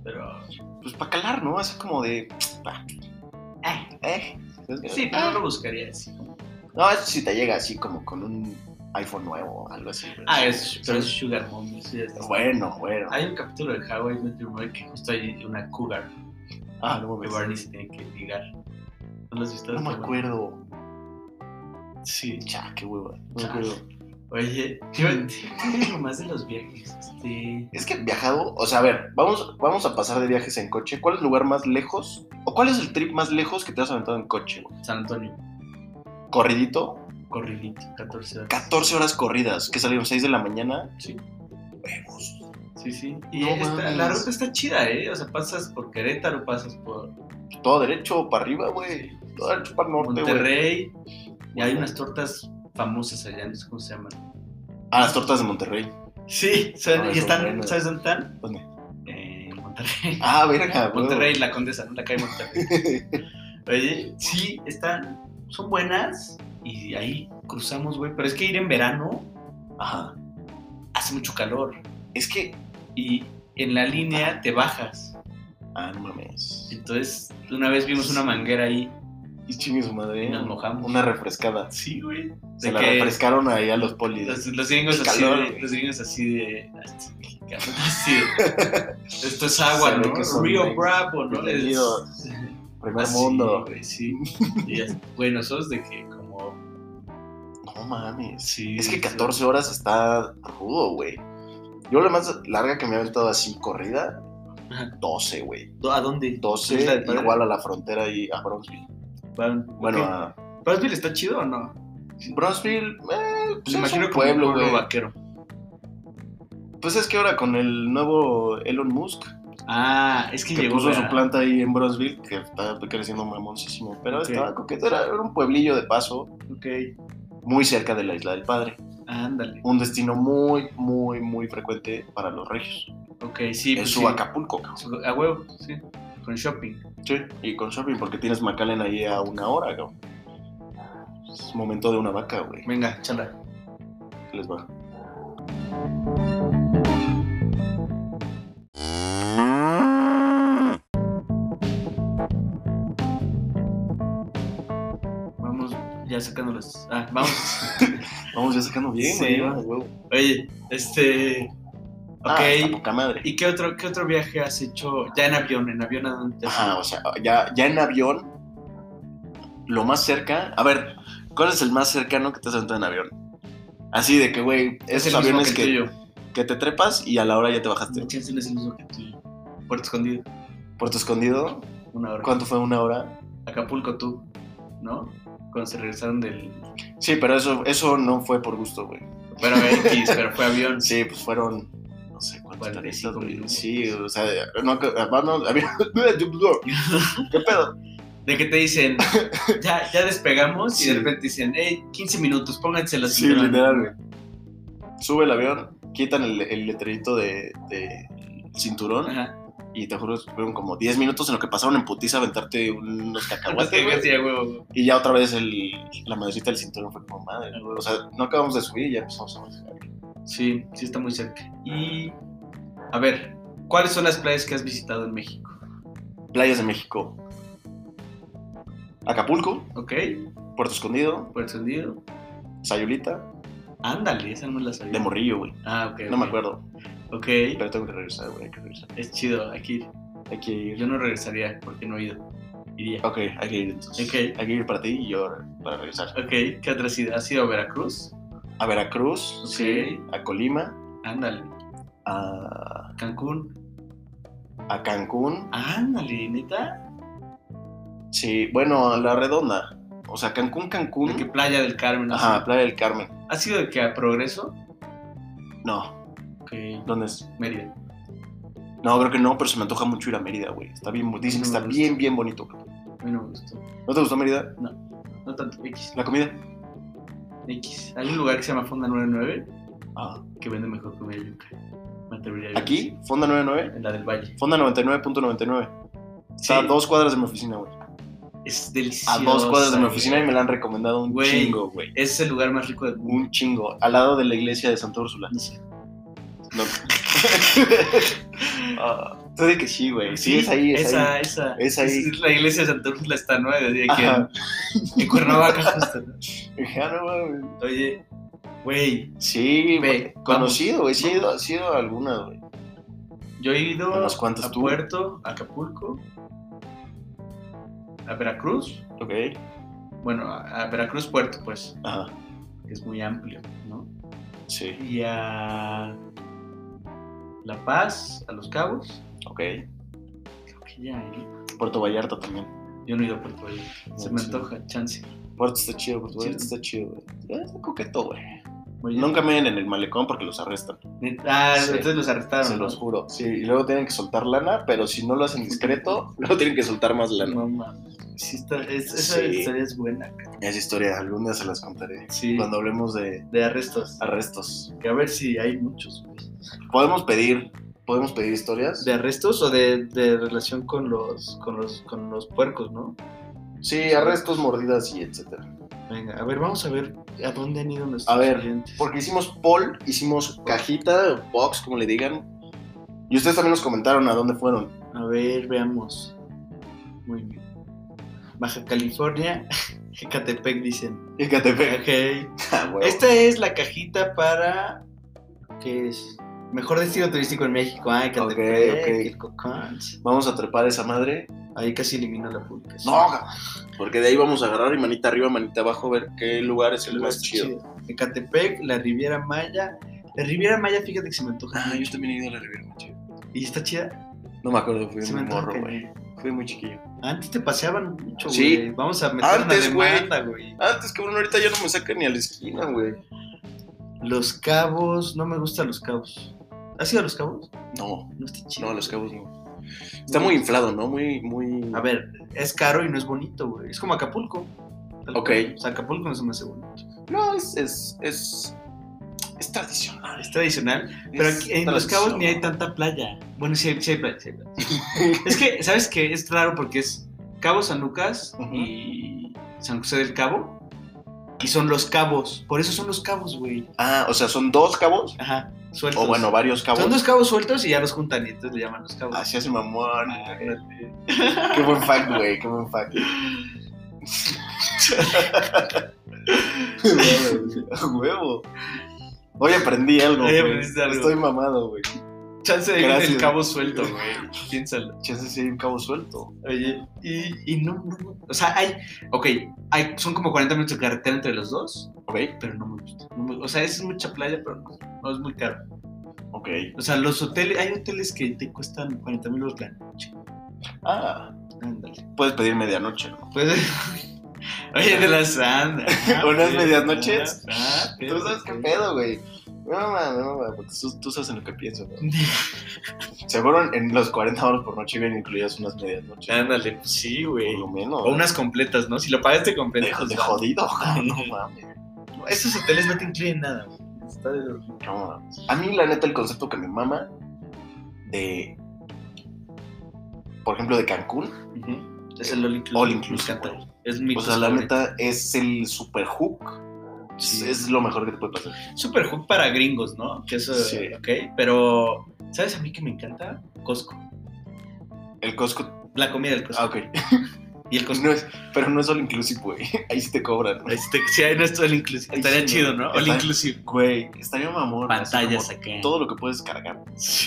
[SPEAKER 1] Pero.
[SPEAKER 2] pues para calar, ¿no? Así como de. ah,
[SPEAKER 1] Ah,
[SPEAKER 2] eh, ¿sabes?
[SPEAKER 1] Sí, pero no lo buscaría así.
[SPEAKER 2] No, eso si te llega así como con un iPhone nuevo o algo así. güey.
[SPEAKER 1] Ah, es, pero es
[SPEAKER 2] ¿Sabes?
[SPEAKER 1] Sugar Mommy. sí, es-
[SPEAKER 2] Bueno, bueno.
[SPEAKER 1] Hay un capítulo de How I Met Your Mother que justo hay una cougar
[SPEAKER 2] ah, no
[SPEAKER 1] que
[SPEAKER 2] me
[SPEAKER 1] Barney se tiene que ligar. ¿No lo has visto?
[SPEAKER 2] No me
[SPEAKER 1] Está bueno.
[SPEAKER 2] acuerdo.
[SPEAKER 1] Sí.
[SPEAKER 2] Cha, qué hueva. No me
[SPEAKER 1] Chale.
[SPEAKER 2] acuerdo.
[SPEAKER 1] Oye, yo entiendo más de los viajes. Este,
[SPEAKER 2] Es que he viajado, o sea, a ver, vamos, vamos a pasar de viajes en coche. ¿Cuál es el lugar más lejos? ¿O cuál es el trip más lejos que te has aventado en coche? güey?
[SPEAKER 1] San Antonio,
[SPEAKER 2] Corridito,
[SPEAKER 1] corridito, 14 horas.
[SPEAKER 2] 14 horas corridas, que salieron 6 de la mañana.
[SPEAKER 1] Sí.
[SPEAKER 2] Huevos.
[SPEAKER 1] Sí, sí. Y
[SPEAKER 2] No
[SPEAKER 1] esta-
[SPEAKER 2] mames.
[SPEAKER 1] la ruta está chida, ¿eh? O sea, pasas por Querétaro, pasas por
[SPEAKER 2] Todo derecho para arriba, güey. Todo derecho para el norte, güey.
[SPEAKER 1] Monterrey. Y hay unas tortas famosas allá, no sé cómo se llaman.
[SPEAKER 2] Ah, las tortas de Monterrey.
[SPEAKER 1] Sí, son-
[SPEAKER 2] Ah, Pues
[SPEAKER 1] y están,
[SPEAKER 2] son buenas.
[SPEAKER 1] ¿sabes dónde están? Eh,
[SPEAKER 2] ¿Dónde?
[SPEAKER 1] En Monterrey.
[SPEAKER 2] Ah, verga, güey.
[SPEAKER 1] Monterrey, la condesa, ¿no? La calle Monterrey. Oye, sí, están, son buenas y ahí cruzamos, güey. Pero es que ir en verano
[SPEAKER 2] Ajá.
[SPEAKER 1] hace mucho calor
[SPEAKER 2] Es que.
[SPEAKER 1] y en la línea te bajas.
[SPEAKER 2] Ah, no mames.
[SPEAKER 1] Entonces, una vez vimos una manguera ahí.
[SPEAKER 2] Y chingue su madre.
[SPEAKER 1] Y nos mojamos.
[SPEAKER 2] Una refrescada.
[SPEAKER 1] Sí, güey. De Pues,
[SPEAKER 2] Se la
[SPEAKER 1] que
[SPEAKER 2] refrescaron ahí a los
[SPEAKER 1] Los,
[SPEAKER 2] polis.
[SPEAKER 1] los gringos
[SPEAKER 2] El
[SPEAKER 1] así
[SPEAKER 2] calor,
[SPEAKER 1] de,
[SPEAKER 2] güey.
[SPEAKER 1] los gringos así de. así de- Esto es agua,
[SPEAKER 2] Se ve
[SPEAKER 1] ¿no?
[SPEAKER 2] que son
[SPEAKER 1] Río
[SPEAKER 2] bien-
[SPEAKER 1] Bravo, ¿no? Es-
[SPEAKER 2] bienvenidos. Primer
[SPEAKER 1] Así,
[SPEAKER 2] mundo.
[SPEAKER 1] güey, sí. Y es- Güey, nosotros de que como.
[SPEAKER 2] No mames.
[SPEAKER 1] Sí.
[SPEAKER 2] Es que
[SPEAKER 1] sí.
[SPEAKER 2] 14 horas está rudo, güey. Yo la más larga que me he aventado así corrida,
[SPEAKER 1] Ajá.
[SPEAKER 2] 12, güey.
[SPEAKER 1] ¿A dónde? Isla
[SPEAKER 2] 12,
[SPEAKER 1] de Padre.
[SPEAKER 2] igual a la frontera y a Bronzeville.
[SPEAKER 1] Van-
[SPEAKER 2] Bueno,
[SPEAKER 1] ok.
[SPEAKER 2] a
[SPEAKER 1] ¿Brownsville está chido o no?
[SPEAKER 2] Bronzeville, eh, pues
[SPEAKER 1] Me
[SPEAKER 2] es
[SPEAKER 1] imagino
[SPEAKER 2] un
[SPEAKER 1] como un
[SPEAKER 2] pueblo, güey.
[SPEAKER 1] vaquero.
[SPEAKER 2] Pues es que ahora con el nuevo Elon Musk,
[SPEAKER 1] Ah, es que
[SPEAKER 2] que
[SPEAKER 1] llegó.
[SPEAKER 2] puso
[SPEAKER 1] ¿verdad?
[SPEAKER 2] su planta ahí en Bronzeville, que está creciendo mamoncísimo, pero
[SPEAKER 1] Ok.
[SPEAKER 2] estaba coqueto, era, era un pueblillo de paso,
[SPEAKER 1] Ok,
[SPEAKER 2] muy cerca de la Isla del Padre,
[SPEAKER 1] ándale.
[SPEAKER 2] un destino muy, muy, muy frecuente para los regios,
[SPEAKER 1] Ok, sí.
[SPEAKER 2] en
[SPEAKER 1] pues
[SPEAKER 2] su
[SPEAKER 1] sí.
[SPEAKER 2] Acapulco, cabrón.
[SPEAKER 1] Su- A huevo, sí. Con shopping.
[SPEAKER 2] Sí, y con shopping, porque tienes McAllen ahí a una hora, cabrón. Es momento de una vaca, güey,
[SPEAKER 1] Venga, chala.
[SPEAKER 2] les va.
[SPEAKER 1] ya sacándolas. Ah, vamos.
[SPEAKER 2] Vamos ya sacando bien,
[SPEAKER 1] Sí,
[SPEAKER 2] güey.
[SPEAKER 1] va.
[SPEAKER 2] huevo.
[SPEAKER 1] Oye, este. Ok.
[SPEAKER 2] Ah, está poca madre.
[SPEAKER 1] ¿Y qué otro, qué otro viaje has hecho ya en avión? ¿En avión a dónde te has
[SPEAKER 2] Ajá, o sea, ya, ya en avión, lo más cerca. A ver, ¿cuál es el más cercano que te has aventado en avión? Así de que, güey,
[SPEAKER 1] Es
[SPEAKER 2] esos
[SPEAKER 1] el mismo
[SPEAKER 2] aviones
[SPEAKER 1] que,
[SPEAKER 2] que,
[SPEAKER 1] el tuyo.
[SPEAKER 2] que te trepas y a la hora ya te bajaste.
[SPEAKER 1] Mi chance no es el mismo que el tuyo. Puerto Escondido,
[SPEAKER 2] Puerto Escondido,
[SPEAKER 1] una hora.
[SPEAKER 2] ¿cuánto fue? ¿Una hora?
[SPEAKER 1] Acapulco tú, ¿no? Cuando se regresaron del...
[SPEAKER 2] Sí, pero eso, eso no fue por gusto, güey.
[SPEAKER 1] Bueno, X, pero fue avión.
[SPEAKER 2] Sí, pues fueron, no sé cuántos
[SPEAKER 1] 45
[SPEAKER 2] güey.
[SPEAKER 1] minutos.
[SPEAKER 2] Sí, o sea, no, no, había... ¿Qué pedo?
[SPEAKER 1] De que te dicen, ya, ya despegamos y
[SPEAKER 2] Sí.
[SPEAKER 1] de repente dicen, hey, 15 minutos, pónganse las
[SPEAKER 2] Sí, literal, güey. Sube el avión, quitan el, el letrerito de, de cinturón
[SPEAKER 1] Ajá.
[SPEAKER 2] y te juro, fueron como 10 minutos en lo que pasaron en putiza a aventarte unos
[SPEAKER 1] Pues
[SPEAKER 2] cacahuates,
[SPEAKER 1] te
[SPEAKER 2] güey.
[SPEAKER 1] digas, ya, huevo.
[SPEAKER 2] Y ya otra vez el, la madrecita del cinturón fue como madre, güey. O sea, no acabamos de subir y ya empezamos a bajar.
[SPEAKER 1] Sí, sí está muy cerca. Y, a ver, ¿cuáles son las playas que has visitado en México?
[SPEAKER 2] Playas de México. Acapulco,
[SPEAKER 1] ¿Ok?
[SPEAKER 2] Puerto Escondido,
[SPEAKER 1] Puerto Escondido.
[SPEAKER 2] Sayulita,
[SPEAKER 1] Ándale, esa no me la sabía.
[SPEAKER 2] de Morrillo, güey.
[SPEAKER 1] Ah, ok.
[SPEAKER 2] No me
[SPEAKER 1] ok.
[SPEAKER 2] acuerdo,
[SPEAKER 1] Ok,
[SPEAKER 2] pero tengo que regresar, güey, hay que regresar.
[SPEAKER 1] es chido, hay que ir.
[SPEAKER 2] Hay que ir.
[SPEAKER 1] Yo no regresaría porque no he ido. Iría.
[SPEAKER 2] Ok, hay que ir entonces.
[SPEAKER 1] Ok.
[SPEAKER 2] Hay que ir para ti y yo para regresar.
[SPEAKER 1] Ok, ¿qué otra ciudad? ¿Has ido a Veracruz?
[SPEAKER 2] A Veracruz,
[SPEAKER 1] Ok.
[SPEAKER 2] sí, a Colima,
[SPEAKER 1] Ándale.
[SPEAKER 2] a,
[SPEAKER 1] Cancún.
[SPEAKER 2] a Cancún,
[SPEAKER 1] Ándale, neta.
[SPEAKER 2] sí, bueno, a La Redonda. O sea, Cancún,
[SPEAKER 1] ¿De qué
[SPEAKER 2] Cancún.
[SPEAKER 1] playa del Carmen? has
[SPEAKER 2] Ajá,
[SPEAKER 1] ido?
[SPEAKER 2] Playa del Carmen.
[SPEAKER 1] ¿Has ido de qué a Progreso?
[SPEAKER 2] No,
[SPEAKER 1] Ok.
[SPEAKER 2] ¿dónde es?
[SPEAKER 1] Mérida.
[SPEAKER 2] No, creo que no, pero se me antoja mucho ir a Mérida, güey. Está bien, bo- dicen que
[SPEAKER 1] No me
[SPEAKER 2] está
[SPEAKER 1] gusta.
[SPEAKER 2] bien, bien bonito.
[SPEAKER 1] A mí no me gustó.
[SPEAKER 2] ¿No te gustó Mérida?
[SPEAKER 1] No tanto. X.
[SPEAKER 2] ¿La comida?
[SPEAKER 1] X. Hay un lugar que se llama Fonda 99
[SPEAKER 2] Ah,
[SPEAKER 1] que vende mejor comida yuca. Me atrevería a ir.
[SPEAKER 2] ¿Aquí? Fonda 99.
[SPEAKER 1] En la del Valle.
[SPEAKER 2] Fonda 99.99. Está a
[SPEAKER 1] Sí,
[SPEAKER 2] dos cuadras de mi oficina, güey.
[SPEAKER 1] Es delicioso.
[SPEAKER 2] A dos cuadras de mi oficina y me la han recomendado un
[SPEAKER 1] Güey.
[SPEAKER 2] chingo, güey.
[SPEAKER 1] Es el lugar más rico del mundo.
[SPEAKER 2] Un chingo. Al lado de la iglesia de Santa Úrsula.
[SPEAKER 1] No sé.
[SPEAKER 2] No. Ah, tú di que sí, güey. Sí, es ahí, es
[SPEAKER 1] Pues esa,
[SPEAKER 2] ahí.
[SPEAKER 1] Esa,
[SPEAKER 2] Es ahí.
[SPEAKER 1] la iglesia de Santa Úrsula está nueva de aquí
[SPEAKER 2] Ajá.
[SPEAKER 1] en, en Cuernavaca, justo. ¿no?
[SPEAKER 2] Dije, ah, no mames.
[SPEAKER 1] Oye, güey,
[SPEAKER 2] Sí,
[SPEAKER 1] Ve,
[SPEAKER 2] güey. Conocido, güey. Sí, he ido, sí he ido a algunas, güey.
[SPEAKER 1] yo he ido
[SPEAKER 2] ¿Unas cuantas
[SPEAKER 1] a
[SPEAKER 2] tú?
[SPEAKER 1] Puerto, a Acapulco, a Veracruz.
[SPEAKER 2] Ok.
[SPEAKER 1] Bueno, a, a Veracruz Puerto, pues,
[SPEAKER 2] Ajá.
[SPEAKER 1] que es muy amplio, ¿no?
[SPEAKER 2] Sí,
[SPEAKER 1] Y a La Paz, a Los Cabos.
[SPEAKER 2] ok.
[SPEAKER 1] Creo que ya, ¿eh?
[SPEAKER 2] Puerto Vallarta también.
[SPEAKER 1] Yo no he ido a Puerto Vallarta. Se me
[SPEAKER 2] Sí.
[SPEAKER 1] antoja, chance.
[SPEAKER 2] Puerto está chido, Puerto
[SPEAKER 1] Sí.
[SPEAKER 2] Vallarta está chido, güey. Eh, Está coqueto, güey.
[SPEAKER 1] Voy a-
[SPEAKER 2] Nunca miren en el malecón porque los arrestan.
[SPEAKER 1] Ah,
[SPEAKER 2] Sí.
[SPEAKER 1] entonces los arrestaron.
[SPEAKER 2] se
[SPEAKER 1] ¿no?
[SPEAKER 2] los juro. Sí, y luego tienen que soltar lana, pero si no lo hacen discreto, luego tienen que soltar más lana.
[SPEAKER 1] No mames. Sí está- es- esa
[SPEAKER 2] Sí.
[SPEAKER 1] historia es buena.
[SPEAKER 2] Esa historia algún día se las contaré.
[SPEAKER 1] Sí.
[SPEAKER 2] Cuando hablemos de
[SPEAKER 1] De arrestos.
[SPEAKER 2] arrestos.
[SPEAKER 1] Que a ver si hay muchos. güey.
[SPEAKER 2] Podemos pedir, podemos pedir historias.
[SPEAKER 1] ¿De arrestos o de, de relación con los, con, los, con los puercos, no?
[SPEAKER 2] Sí, arrestos, mordidas y etcétera.
[SPEAKER 1] Venga, a ver, vamos a ver a dónde han ido nuestros
[SPEAKER 2] A ver.
[SPEAKER 1] clientes.
[SPEAKER 2] Porque hicimos poll, hicimos cajita, box, como le digan. Y ustedes también nos comentaron a dónde fueron.
[SPEAKER 1] A ver, veamos. Muy bien. Baja California, Ecatepec, dicen.
[SPEAKER 2] Ecatepec.
[SPEAKER 1] Ok.
[SPEAKER 2] Ah, huevo.
[SPEAKER 1] Esta es la cajita para. ¿Qué es? Mejor destino turístico en México. Ah, Ecatepec,
[SPEAKER 2] ok.
[SPEAKER 1] el Cocons.
[SPEAKER 2] Vamos a trepar esa madre.
[SPEAKER 1] Ahí casi elimino la publicación.
[SPEAKER 2] No, porque de ahí vamos a agarrar y manita arriba, manita abajo, ver qué lugar es el
[SPEAKER 1] Lugar
[SPEAKER 2] más
[SPEAKER 1] está
[SPEAKER 2] chido.
[SPEAKER 1] chido. Ecatepec, la Riviera Maya. La Riviera Maya, fíjate que se me antoja.
[SPEAKER 2] Ah, yo
[SPEAKER 1] mucho.
[SPEAKER 2] también he ido a la Riviera Maya.
[SPEAKER 1] ¿Y está chida?
[SPEAKER 2] No me acuerdo, fui
[SPEAKER 1] Se me
[SPEAKER 2] muy
[SPEAKER 1] antoja
[SPEAKER 2] morro,
[SPEAKER 1] que-
[SPEAKER 2] güey. Fui muy chiquillo.
[SPEAKER 1] Antes te paseaban mucho, güey.
[SPEAKER 2] Sí.
[SPEAKER 1] Vamos a meter
[SPEAKER 2] Antes,
[SPEAKER 1] una
[SPEAKER 2] güey.
[SPEAKER 1] demanda, güey.
[SPEAKER 2] Antes Ah, que bueno, ahorita ya no me sacan ni a la esquina, güey.
[SPEAKER 1] Los Cabos, no me gustan Los Cabos. ¿Has ido a Los Cabos?
[SPEAKER 2] No,
[SPEAKER 1] No está chido.
[SPEAKER 2] no, a los
[SPEAKER 1] güey.
[SPEAKER 2] cabos no. Está muy inflado, ¿no? Muy, muy.
[SPEAKER 1] A ver, es caro y no es bonito, güey. Es como Acapulco. Tal
[SPEAKER 2] Ok.
[SPEAKER 1] cual. O sea, Acapulco no se me hace bonito.
[SPEAKER 2] No, es. Es, es, es tradicional.
[SPEAKER 1] Es tradicional. Pero
[SPEAKER 2] es
[SPEAKER 1] aquí, en Los
[SPEAKER 2] tradición.
[SPEAKER 1] Cabos ni hay tanta playa. Bueno, sí hay, sí hay playa, sí hay playa. es que, ¿sabes qué? Es raro porque es Cabo San Lucas
[SPEAKER 2] Ujú.
[SPEAKER 1] y San José del Cabo. Y son los cabos. Por eso son los cabos, güey.
[SPEAKER 2] Ah, o sea, son dos cabos.
[SPEAKER 1] Ajá. Sueltos.
[SPEAKER 2] O bueno, varios cabos. Ah,
[SPEAKER 1] Son dos cabos sueltos y ya los juntan y entonces le llaman los cabos. Ah,
[SPEAKER 2] Así hace mamón.
[SPEAKER 1] Ándale.
[SPEAKER 2] Qué buen fact, güey. Qué buen fact. A huevo. Hoy aprendí algo,
[SPEAKER 1] Hoy
[SPEAKER 2] güey.
[SPEAKER 1] aprendiste algo.
[SPEAKER 2] Estoy mamado, güey.
[SPEAKER 1] Chance de ir
[SPEAKER 2] Gracias.
[SPEAKER 1] el cabo suelto, güey. Piénsalo.
[SPEAKER 2] Chance si hay un cabo suelto.
[SPEAKER 1] Oye, y, y no, no- O sea, hay. Ok, hay, son como 40 minutos de carretera entre los dos,
[SPEAKER 2] Ok,
[SPEAKER 1] pero no me gusta. no me- o sea, es mucha playa, pero no, no es muy caro.
[SPEAKER 2] ok.
[SPEAKER 1] O sea, los hoteles. Hay hoteles que te cuestan 40 mil euros la noche.
[SPEAKER 2] Ah,
[SPEAKER 1] Ándale.
[SPEAKER 2] puedes pedir medianoche, ¿no?
[SPEAKER 1] Pues. Oye, de las andas.
[SPEAKER 2] Unas medianoches.
[SPEAKER 1] Ah,
[SPEAKER 2] Tú sabes qué pedo, güey. No, mames, no, mames, porque tú, tú sabes en lo que pienso, ¿no? Seguro en, en los 40 horas por noche vienen incluidas unas medianoches.
[SPEAKER 1] Ándale, pues sí, güey.
[SPEAKER 2] Por lo menos.
[SPEAKER 1] O unas completas, ¿no? Si lo pagaste completo.
[SPEAKER 2] de,
[SPEAKER 1] o
[SPEAKER 2] de
[SPEAKER 1] sea,
[SPEAKER 2] jodido, güey, no mames.
[SPEAKER 1] Esos hoteles no te incluyen nada. güey. Está de los-
[SPEAKER 2] No mames. A mí, la neta, el concepto que me mama de. Por ejemplo, de Cancún.
[SPEAKER 1] Es el All Inclusive.
[SPEAKER 2] All inclusive,
[SPEAKER 1] Me encanta,
[SPEAKER 2] güey.
[SPEAKER 1] Es mi
[SPEAKER 2] O sea, la neta es el super hook.
[SPEAKER 1] Sí.
[SPEAKER 2] Es lo mejor que te puede pasar.
[SPEAKER 1] Super hook para gringos, ¿no? Que eso,
[SPEAKER 2] Sí.
[SPEAKER 1] ok. Pero, ¿sabes a mí que me encanta? Costco.
[SPEAKER 2] El Costco.
[SPEAKER 1] La comida del Costco.
[SPEAKER 2] Ah, ok.
[SPEAKER 1] Y el Costco.
[SPEAKER 2] No es- pero no es all inclusive, güey. Ahí sí te cobran.
[SPEAKER 1] Este, si hay nuestro All Inclusive.
[SPEAKER 2] Ay,
[SPEAKER 1] Estaría
[SPEAKER 2] sí,
[SPEAKER 1] chido,
[SPEAKER 2] no.
[SPEAKER 1] ¿no? All
[SPEAKER 2] Está-
[SPEAKER 1] Inclusive.
[SPEAKER 2] Güey, estaría mamón. así
[SPEAKER 1] Pantallas
[SPEAKER 2] como
[SPEAKER 1] acá.
[SPEAKER 2] Todo lo que puedes cargar.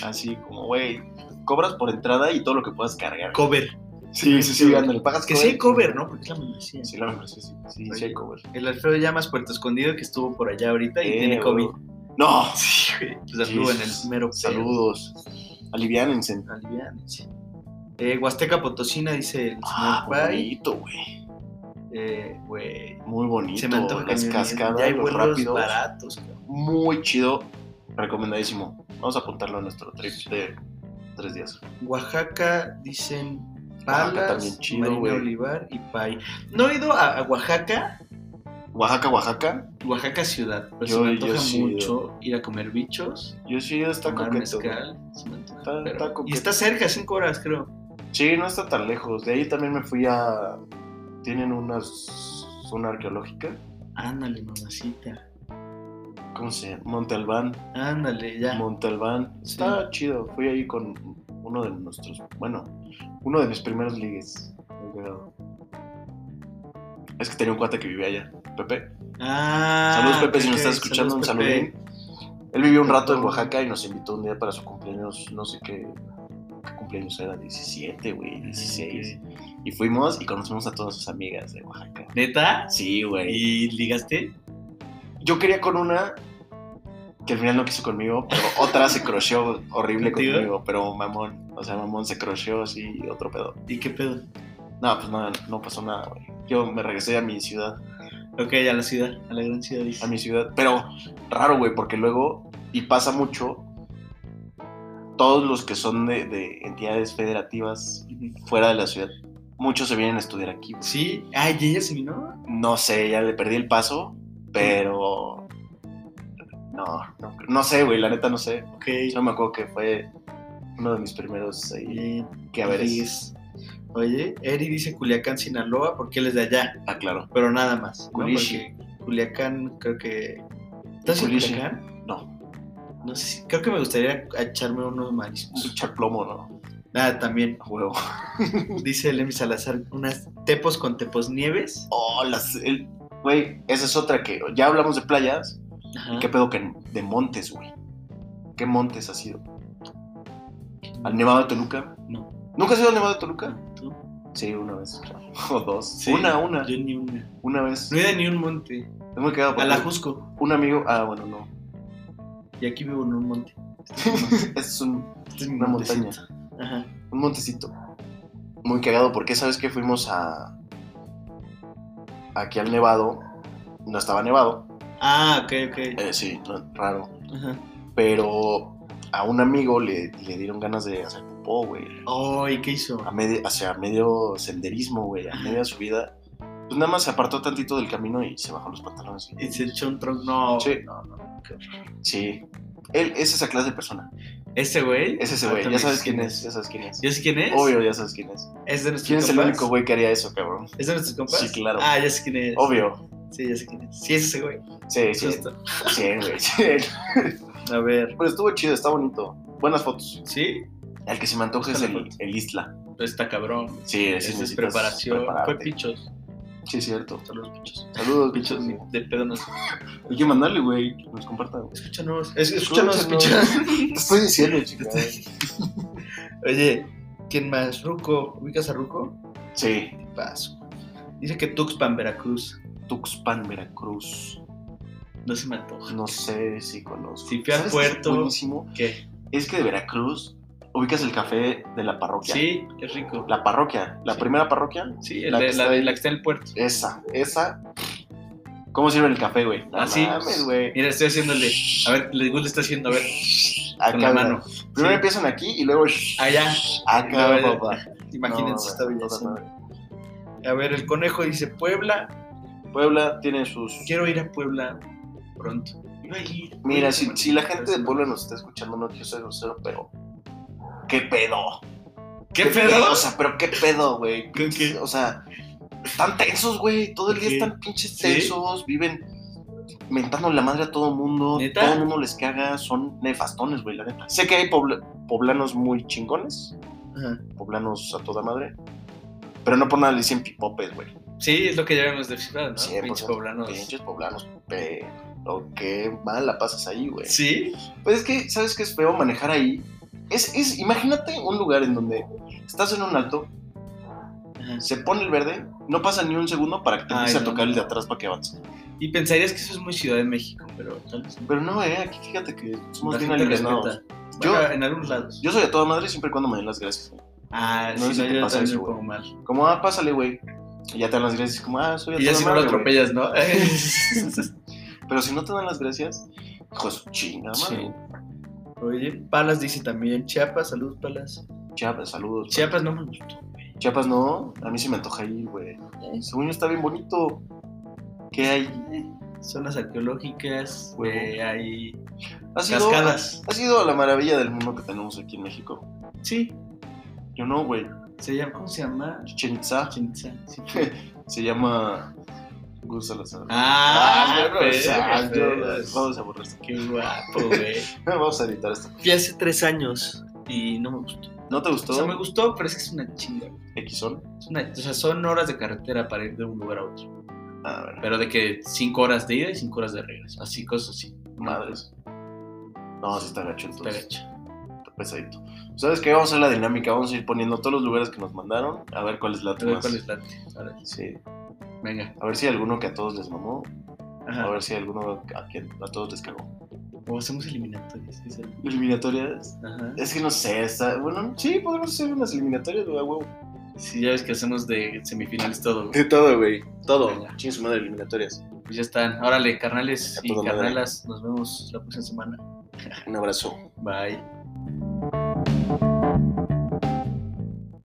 [SPEAKER 2] Así como, güey, cobras por entrada y todo lo que puedas cargar.
[SPEAKER 1] Cover.
[SPEAKER 2] Sí, sí, sí,
[SPEAKER 1] sí.
[SPEAKER 2] ándale, pagas
[SPEAKER 1] Que sí hay cover, ¿no? Porque es la membresía.
[SPEAKER 2] Sí, la membresía, sí, sí, sí
[SPEAKER 1] Oye.
[SPEAKER 2] hay cover.
[SPEAKER 1] El Alfredo Llamas Puerto Escondido que estuvo por allá ahorita y
[SPEAKER 2] Eh,
[SPEAKER 1] tiene COVID.
[SPEAKER 2] güey. No,
[SPEAKER 1] Sí, güey. Pues estuvo en el mero pedo.
[SPEAKER 2] saludos. Aliviánense.
[SPEAKER 1] Aliviánense. Eh, Huasteca Potosina, dice el señor
[SPEAKER 2] Ah,
[SPEAKER 1] Pai.
[SPEAKER 2] bonito, güey.
[SPEAKER 1] Eh, güey.
[SPEAKER 2] Muy bonito.
[SPEAKER 1] Se me antoja
[SPEAKER 2] Las
[SPEAKER 1] que me-
[SPEAKER 2] cascadas,
[SPEAKER 1] Ya hay
[SPEAKER 2] los
[SPEAKER 1] vuelos
[SPEAKER 2] rápidos.
[SPEAKER 1] baratos. cabrón.
[SPEAKER 2] Muy chido. Recomendadísimo. Vamos a apuntarlo a nuestro trip de tres días.
[SPEAKER 1] Oaxaca, dicen
[SPEAKER 2] Oaxaca
[SPEAKER 1] Palas,
[SPEAKER 2] también chido,
[SPEAKER 1] Marina
[SPEAKER 2] güey.
[SPEAKER 1] Olivar y Pai. No he ido a, a Oaxaca,
[SPEAKER 2] Oaxaca, Oaxaca.
[SPEAKER 1] Oaxaca ciudad, pero
[SPEAKER 2] Yo-
[SPEAKER 1] se me
[SPEAKER 2] yo
[SPEAKER 1] antoja
[SPEAKER 2] sí he ido.
[SPEAKER 1] mucho ir a comer bichos,
[SPEAKER 2] Yo sí, está
[SPEAKER 1] tomar
[SPEAKER 2] coqueto.
[SPEAKER 1] mezcal. se me antoja,
[SPEAKER 2] Está-
[SPEAKER 1] pero-
[SPEAKER 2] está
[SPEAKER 1] y
[SPEAKER 2] coqueto.
[SPEAKER 1] está cerca, cinco horas creo.
[SPEAKER 2] Sí, no está tan lejos. De ahí también me fui a. Tienen una zona arqueológica.
[SPEAKER 1] Ándale, mamacita.
[SPEAKER 2] ¿Cómo se llama? Montalbán.
[SPEAKER 1] Ándale, ya.
[SPEAKER 2] Montalbán.
[SPEAKER 1] Sí.
[SPEAKER 2] Está chido. Fui ahí con uno de nuestros. Bueno, uno de mis primeros ligues. Muy cagado. Es que tenía un cuate que vivía allá. Pepe.
[SPEAKER 1] Ah,
[SPEAKER 2] saludos, Pepe, si
[SPEAKER 1] ok,
[SPEAKER 2] nos estás escuchando, un
[SPEAKER 1] saludos,
[SPEAKER 2] saludín.
[SPEAKER 1] Pepe.
[SPEAKER 2] Él vivió un rato en Oaxaca y nos invitó un día para su cumpleaños. No sé qué, qué cumpleaños era. 17, güey. 16. Y fuimos y conocimos a todas sus amigas de Oaxaca.
[SPEAKER 1] ¿Neta?
[SPEAKER 2] Sí, güey.
[SPEAKER 1] ¿Y ligaste?
[SPEAKER 2] Yo quería con una que al final no quiso conmigo, pero otra se crocheó horrible
[SPEAKER 1] ¿Contigo?
[SPEAKER 2] conmigo, pero mamón. O sea, mamón se crocheó así, otro pedo.
[SPEAKER 1] ¿Y qué pedo?
[SPEAKER 2] No, pues nada, no pasó nada, güey. Yo me regresé a mi ciudad,
[SPEAKER 1] Ok, a la ciudad, a la gran ciudad. dice.
[SPEAKER 2] a mi ciudad. Pero raro, güey, porque luego, y pasa mucho, todos los que son de, de entidades federativas fuera de la ciudad, muchos se vienen a estudiar aquí. güey.
[SPEAKER 1] Sí, ay, ¿y ella se vino?
[SPEAKER 2] No sé, ya le perdí el paso, pero... No, no, no sé, güey, la neta no sé.
[SPEAKER 1] Ok.
[SPEAKER 2] Yo me acuerdo que fue uno de mis primeros ahí,
[SPEAKER 1] Bien.
[SPEAKER 2] que a ver es.
[SPEAKER 1] Yes. Oye, Eri dice Culiacán, Sinaloa, porque él es de allá,
[SPEAKER 2] Ah, claro.
[SPEAKER 1] pero nada más. ¿no?
[SPEAKER 2] Culichi.
[SPEAKER 1] Porque Culiacán, creo que. ¿Estás en
[SPEAKER 2] Culichi.
[SPEAKER 1] Culiacán?
[SPEAKER 2] No,
[SPEAKER 1] No sé si. Creo que me gustaría echarme unos mariscos.
[SPEAKER 2] un plomo, no.
[SPEAKER 1] Nada, también.
[SPEAKER 2] A huevo.
[SPEAKER 1] Dice Lemi Salazar, unas tepos con tepos nieves.
[SPEAKER 2] Oh, las. el- Güey, esa es otra que. Ya hablamos de playas.
[SPEAKER 1] Ajá.
[SPEAKER 2] ¿Qué pedo que de montes, güey? ¿Qué montes has sido? ¿Al Nevado de Toluca?
[SPEAKER 1] No.
[SPEAKER 2] ¿Nunca has ido al Nevado de Toluca?
[SPEAKER 1] ¿Tú?
[SPEAKER 2] Sí, una vez. O dos.
[SPEAKER 1] Sí,
[SPEAKER 2] Una, una.
[SPEAKER 1] Yo ni una.
[SPEAKER 2] Una vez.
[SPEAKER 1] No he ido a ni un monte.
[SPEAKER 2] Es muy cagado.
[SPEAKER 1] A la
[SPEAKER 2] porque
[SPEAKER 1] Jusco.
[SPEAKER 2] Un amigo. Ah, bueno, no.
[SPEAKER 1] Y aquí vivo en un monte.
[SPEAKER 2] Es un
[SPEAKER 1] Este es mi
[SPEAKER 2] Una
[SPEAKER 1] montecito.
[SPEAKER 2] montaña.
[SPEAKER 1] Ajá.
[SPEAKER 2] un montecito. Muy cagado, porque sabes que fuimos a. Aquí al nevado. No estaba nevado.
[SPEAKER 1] Ah, ok, ok.
[SPEAKER 2] eh, sí, no, raro.
[SPEAKER 1] Ajá.
[SPEAKER 2] Pero a un amigo le, le dieron ganas de hacer popó, güey.
[SPEAKER 1] Oh, ¿y qué hizo?
[SPEAKER 2] A medio, hacia medio senderismo, güey. A media subida. Pues nada más se apartó tantito del camino y se bajó los pantalones.
[SPEAKER 1] Y se echó un tronco. No.
[SPEAKER 2] Sí.
[SPEAKER 1] No, no. qué horror.
[SPEAKER 2] Sí. Él es esa clase de persona.
[SPEAKER 1] ¿Ese güey?
[SPEAKER 2] Es ese güey.
[SPEAKER 1] Ahorita
[SPEAKER 2] Ya
[SPEAKER 1] me
[SPEAKER 2] sabes
[SPEAKER 1] dices
[SPEAKER 2] quién es. Ya sabes quién es.
[SPEAKER 1] ¿Ya sé quién es?
[SPEAKER 2] Obvio, ya sabes quién es.
[SPEAKER 1] ¿Es de nuestros
[SPEAKER 2] ¿Quién es el
[SPEAKER 1] compas?
[SPEAKER 2] único güey que haría eso, cabrón?
[SPEAKER 1] ¿Es de nuestros compas?
[SPEAKER 2] Sí, claro.
[SPEAKER 1] Ah, ya sé quién es.
[SPEAKER 2] Obvio.
[SPEAKER 1] Sí, ya sé quién es. Sí, es ese güey.
[SPEAKER 2] Sí, sí.
[SPEAKER 1] Justo.
[SPEAKER 2] Sí, güey. sí.
[SPEAKER 1] A ver.
[SPEAKER 2] Pero estuvo chido, está bonito. Buenas fotos.
[SPEAKER 1] ¿Sí?
[SPEAKER 2] El que se me antoja es
[SPEAKER 1] Busca la
[SPEAKER 2] el,
[SPEAKER 1] foto.
[SPEAKER 2] el Isla.
[SPEAKER 1] Está cabrón.
[SPEAKER 2] Sí, sí
[SPEAKER 1] Esa es
[SPEAKER 2] necesitas
[SPEAKER 1] preparación.
[SPEAKER 2] prepararte.
[SPEAKER 1] Fue pichos.
[SPEAKER 2] Sí, es cierto.
[SPEAKER 1] Saludos, bichos.
[SPEAKER 2] Saludos, bichos.
[SPEAKER 1] Bichos, de pedo nos
[SPEAKER 2] Hay que mandarle, güey, que nos comparta, güey.
[SPEAKER 1] Escúchanos, es- escúchanos,
[SPEAKER 2] Escúchanos.
[SPEAKER 1] escúchanos.
[SPEAKER 2] Te estoy diciendo, chicas.
[SPEAKER 1] Oye, ¿quién más? Ruco, ¿ubicas a Ruco?
[SPEAKER 2] Sí,
[SPEAKER 1] Paso. Dice que Tuxpan, Veracruz.
[SPEAKER 2] Tuxpan, Veracruz.
[SPEAKER 1] No se me antoja.
[SPEAKER 2] No sé si conozco.
[SPEAKER 1] Si fui a
[SPEAKER 2] ¿Sabes
[SPEAKER 1] Puerto-
[SPEAKER 2] qué es buenísimo?
[SPEAKER 1] ¿Qué?
[SPEAKER 2] Es que de Veracruz ubicas el café de la parroquia.
[SPEAKER 1] Sí, es rico.
[SPEAKER 2] La parroquia, la
[SPEAKER 1] Sí.
[SPEAKER 2] primera parroquia,
[SPEAKER 1] Sí, el
[SPEAKER 2] La
[SPEAKER 1] de-
[SPEAKER 2] que
[SPEAKER 1] la,
[SPEAKER 2] está
[SPEAKER 1] de-
[SPEAKER 2] ahí.
[SPEAKER 1] la que está en el puerto.
[SPEAKER 2] esa, esa. ¿Cómo sirve el café, güey? No
[SPEAKER 1] Ah, sí.
[SPEAKER 2] mames, güey.
[SPEAKER 1] Mira, estoy haciéndole. A ver, el Gus le está haciendo, a ver.
[SPEAKER 2] Acá,
[SPEAKER 1] con la
[SPEAKER 2] mira.
[SPEAKER 1] mano.
[SPEAKER 2] Primero
[SPEAKER 1] Sí. Ah,
[SPEAKER 2] empiezan aquí y luego
[SPEAKER 1] Allá.
[SPEAKER 2] acá,
[SPEAKER 1] A ver,
[SPEAKER 2] papá.
[SPEAKER 1] Imagínense
[SPEAKER 2] No,
[SPEAKER 1] esta
[SPEAKER 2] güey,
[SPEAKER 1] belleza.
[SPEAKER 2] no, no, no.
[SPEAKER 1] A ver, el conejo dice Puebla.
[SPEAKER 2] Puebla tiene sus.
[SPEAKER 1] Quiero ir a Puebla pronto. Iba a ir.
[SPEAKER 2] Mira,
[SPEAKER 1] Oye,
[SPEAKER 2] si,
[SPEAKER 1] man,
[SPEAKER 2] si la gente de
[SPEAKER 1] no.
[SPEAKER 2] Puebla nos está escuchando, no quiero ser grosero, pero. ¿Qué pedo?
[SPEAKER 1] ¿Qué pedo?
[SPEAKER 2] O sea, pero qué pedo, güey.
[SPEAKER 1] ¿Con qué?
[SPEAKER 2] O sea, están tensos, güey. Todo el día
[SPEAKER 1] Ok.
[SPEAKER 2] están pinches
[SPEAKER 1] ¿Sí?
[SPEAKER 2] tensos. Viven mentando la madre a todo mundo.
[SPEAKER 1] ¿Neta?
[SPEAKER 2] Todo el mundo les caga. Son nefastones, güey, la neta. Sé que hay pobl- poblanos muy chingones.
[SPEAKER 1] Ajá.
[SPEAKER 2] Poblanos a toda madre. Pero no por nada le dicen pipopes, güey.
[SPEAKER 1] Sí, es lo que ya habíamos descifrado, ¿no?
[SPEAKER 2] 100%
[SPEAKER 1] Pinches poblanos.
[SPEAKER 2] Pinches poblanos, pero qué mal la pasas ahí, güey.
[SPEAKER 1] Sí.
[SPEAKER 2] Pues es que, ¿sabes qué es feo manejar ahí? Es, es, imagínate un lugar en donde estás en un alto,
[SPEAKER 1] Ajá.
[SPEAKER 2] se pone el verde, no pasa ni un segundo para que te
[SPEAKER 1] Ay,
[SPEAKER 2] empiece a
[SPEAKER 1] no.
[SPEAKER 2] tocar el de atrás para que avances.
[SPEAKER 1] Y pensarías que eso es muy Ciudad de México, pero tal vez no.
[SPEAKER 2] Pero no, eh, aquí fíjate que somos
[SPEAKER 1] La
[SPEAKER 2] bien
[SPEAKER 1] gente
[SPEAKER 2] alivianados.
[SPEAKER 1] respeta.
[SPEAKER 2] Yo-
[SPEAKER 1] Bueno, en algunos lados.
[SPEAKER 2] Yo soy a toda madre siempre y cuando me den las gracias. güey.
[SPEAKER 1] ah,
[SPEAKER 2] no
[SPEAKER 1] sí,
[SPEAKER 2] sé si
[SPEAKER 1] no,
[SPEAKER 2] te
[SPEAKER 1] yo
[SPEAKER 2] pasa
[SPEAKER 1] también
[SPEAKER 2] eso,
[SPEAKER 1] me
[SPEAKER 2] güey.
[SPEAKER 1] pongo mal.
[SPEAKER 2] Como, ah, pásale, güey. Y ya te dan las gracias, como, ah, soy a
[SPEAKER 1] Y ya
[SPEAKER 2] toda
[SPEAKER 1] si no
[SPEAKER 2] madre,
[SPEAKER 1] lo
[SPEAKER 2] güey.
[SPEAKER 1] atropellas, ¿no?
[SPEAKER 2] Pero si no te dan las gracias, hijo de su chinga, madre.
[SPEAKER 1] Oye, Palas dice también, Chiapas, saludos Palas.
[SPEAKER 2] Chiapas, pues, saludos. güey.
[SPEAKER 1] Chiapas no me gustó.
[SPEAKER 2] Chiapas no, a mí se me antoja ir, güey. Según yo está bien bonito. ¿Qué hay?
[SPEAKER 1] Zonas arqueológicas,
[SPEAKER 2] Huevo.
[SPEAKER 1] eh, hay
[SPEAKER 2] Ha sido,
[SPEAKER 1] cascadas.
[SPEAKER 2] ha sido la maravilla del mundo que tenemos aquí en México.
[SPEAKER 1] Sí,
[SPEAKER 2] Yo no, güey.
[SPEAKER 1] se llama, ¿cómo se llama?
[SPEAKER 2] Chichen Itza
[SPEAKER 1] Chichén Itzá, sí.
[SPEAKER 2] se llama Gus Salazar.
[SPEAKER 1] Ah,
[SPEAKER 2] bueno, o sea, yo-
[SPEAKER 1] pero,
[SPEAKER 2] vamos a borrar esto.
[SPEAKER 1] qué guapo, güey.
[SPEAKER 2] Vamos a editar esto.
[SPEAKER 1] Fui hace tres años y no me gustó.
[SPEAKER 2] ¿No te gustó?
[SPEAKER 1] O sea, me gustó, pero es que es una chinga.
[SPEAKER 2] ¿Xon?
[SPEAKER 1] Es una- o sea, son horas de carretera para ir de un lugar a otro.
[SPEAKER 2] Ah, A ver,
[SPEAKER 1] Pero de que cinco horas de ida y cinco horas de regreso. Así, cosas así.
[SPEAKER 2] madres. No, sí está gacho
[SPEAKER 1] Está
[SPEAKER 2] entonces.
[SPEAKER 1] gacho.
[SPEAKER 2] Está pesadito. ¿Sabes qué? Vamos a hacer la dinámica. Vamos a ir poniendo todos los lugares que nos mandaron. A ver cuál es la
[SPEAKER 1] A ver
[SPEAKER 2] más.
[SPEAKER 1] cuál es late. Ahora,
[SPEAKER 2] Sí.
[SPEAKER 1] Venga.
[SPEAKER 2] A ver si hay alguno que a todos les mamó.
[SPEAKER 1] Ajá.
[SPEAKER 2] A ver si hay alguno a quien a todos les cagó.
[SPEAKER 1] O hacemos eliminatorias. ¿qué será?
[SPEAKER 2] ¿Eliminatorias?
[SPEAKER 1] Ajá.
[SPEAKER 2] Es que no sé, está. Bueno, sí, podemos hacer unas eliminatorias, güey, a huevo.
[SPEAKER 1] Sí, ya ves que hacemos de semifinales todo. güey.
[SPEAKER 2] De todo, güey. Todo.
[SPEAKER 1] Venga.
[SPEAKER 2] Chingue su madre, eliminatorias.
[SPEAKER 1] Pues ya están. Órale, carnales
[SPEAKER 2] A
[SPEAKER 1] y
[SPEAKER 2] toda madre.
[SPEAKER 1] carnalas. Nos vemos la próxima semana.
[SPEAKER 2] Un abrazo.
[SPEAKER 1] Bye.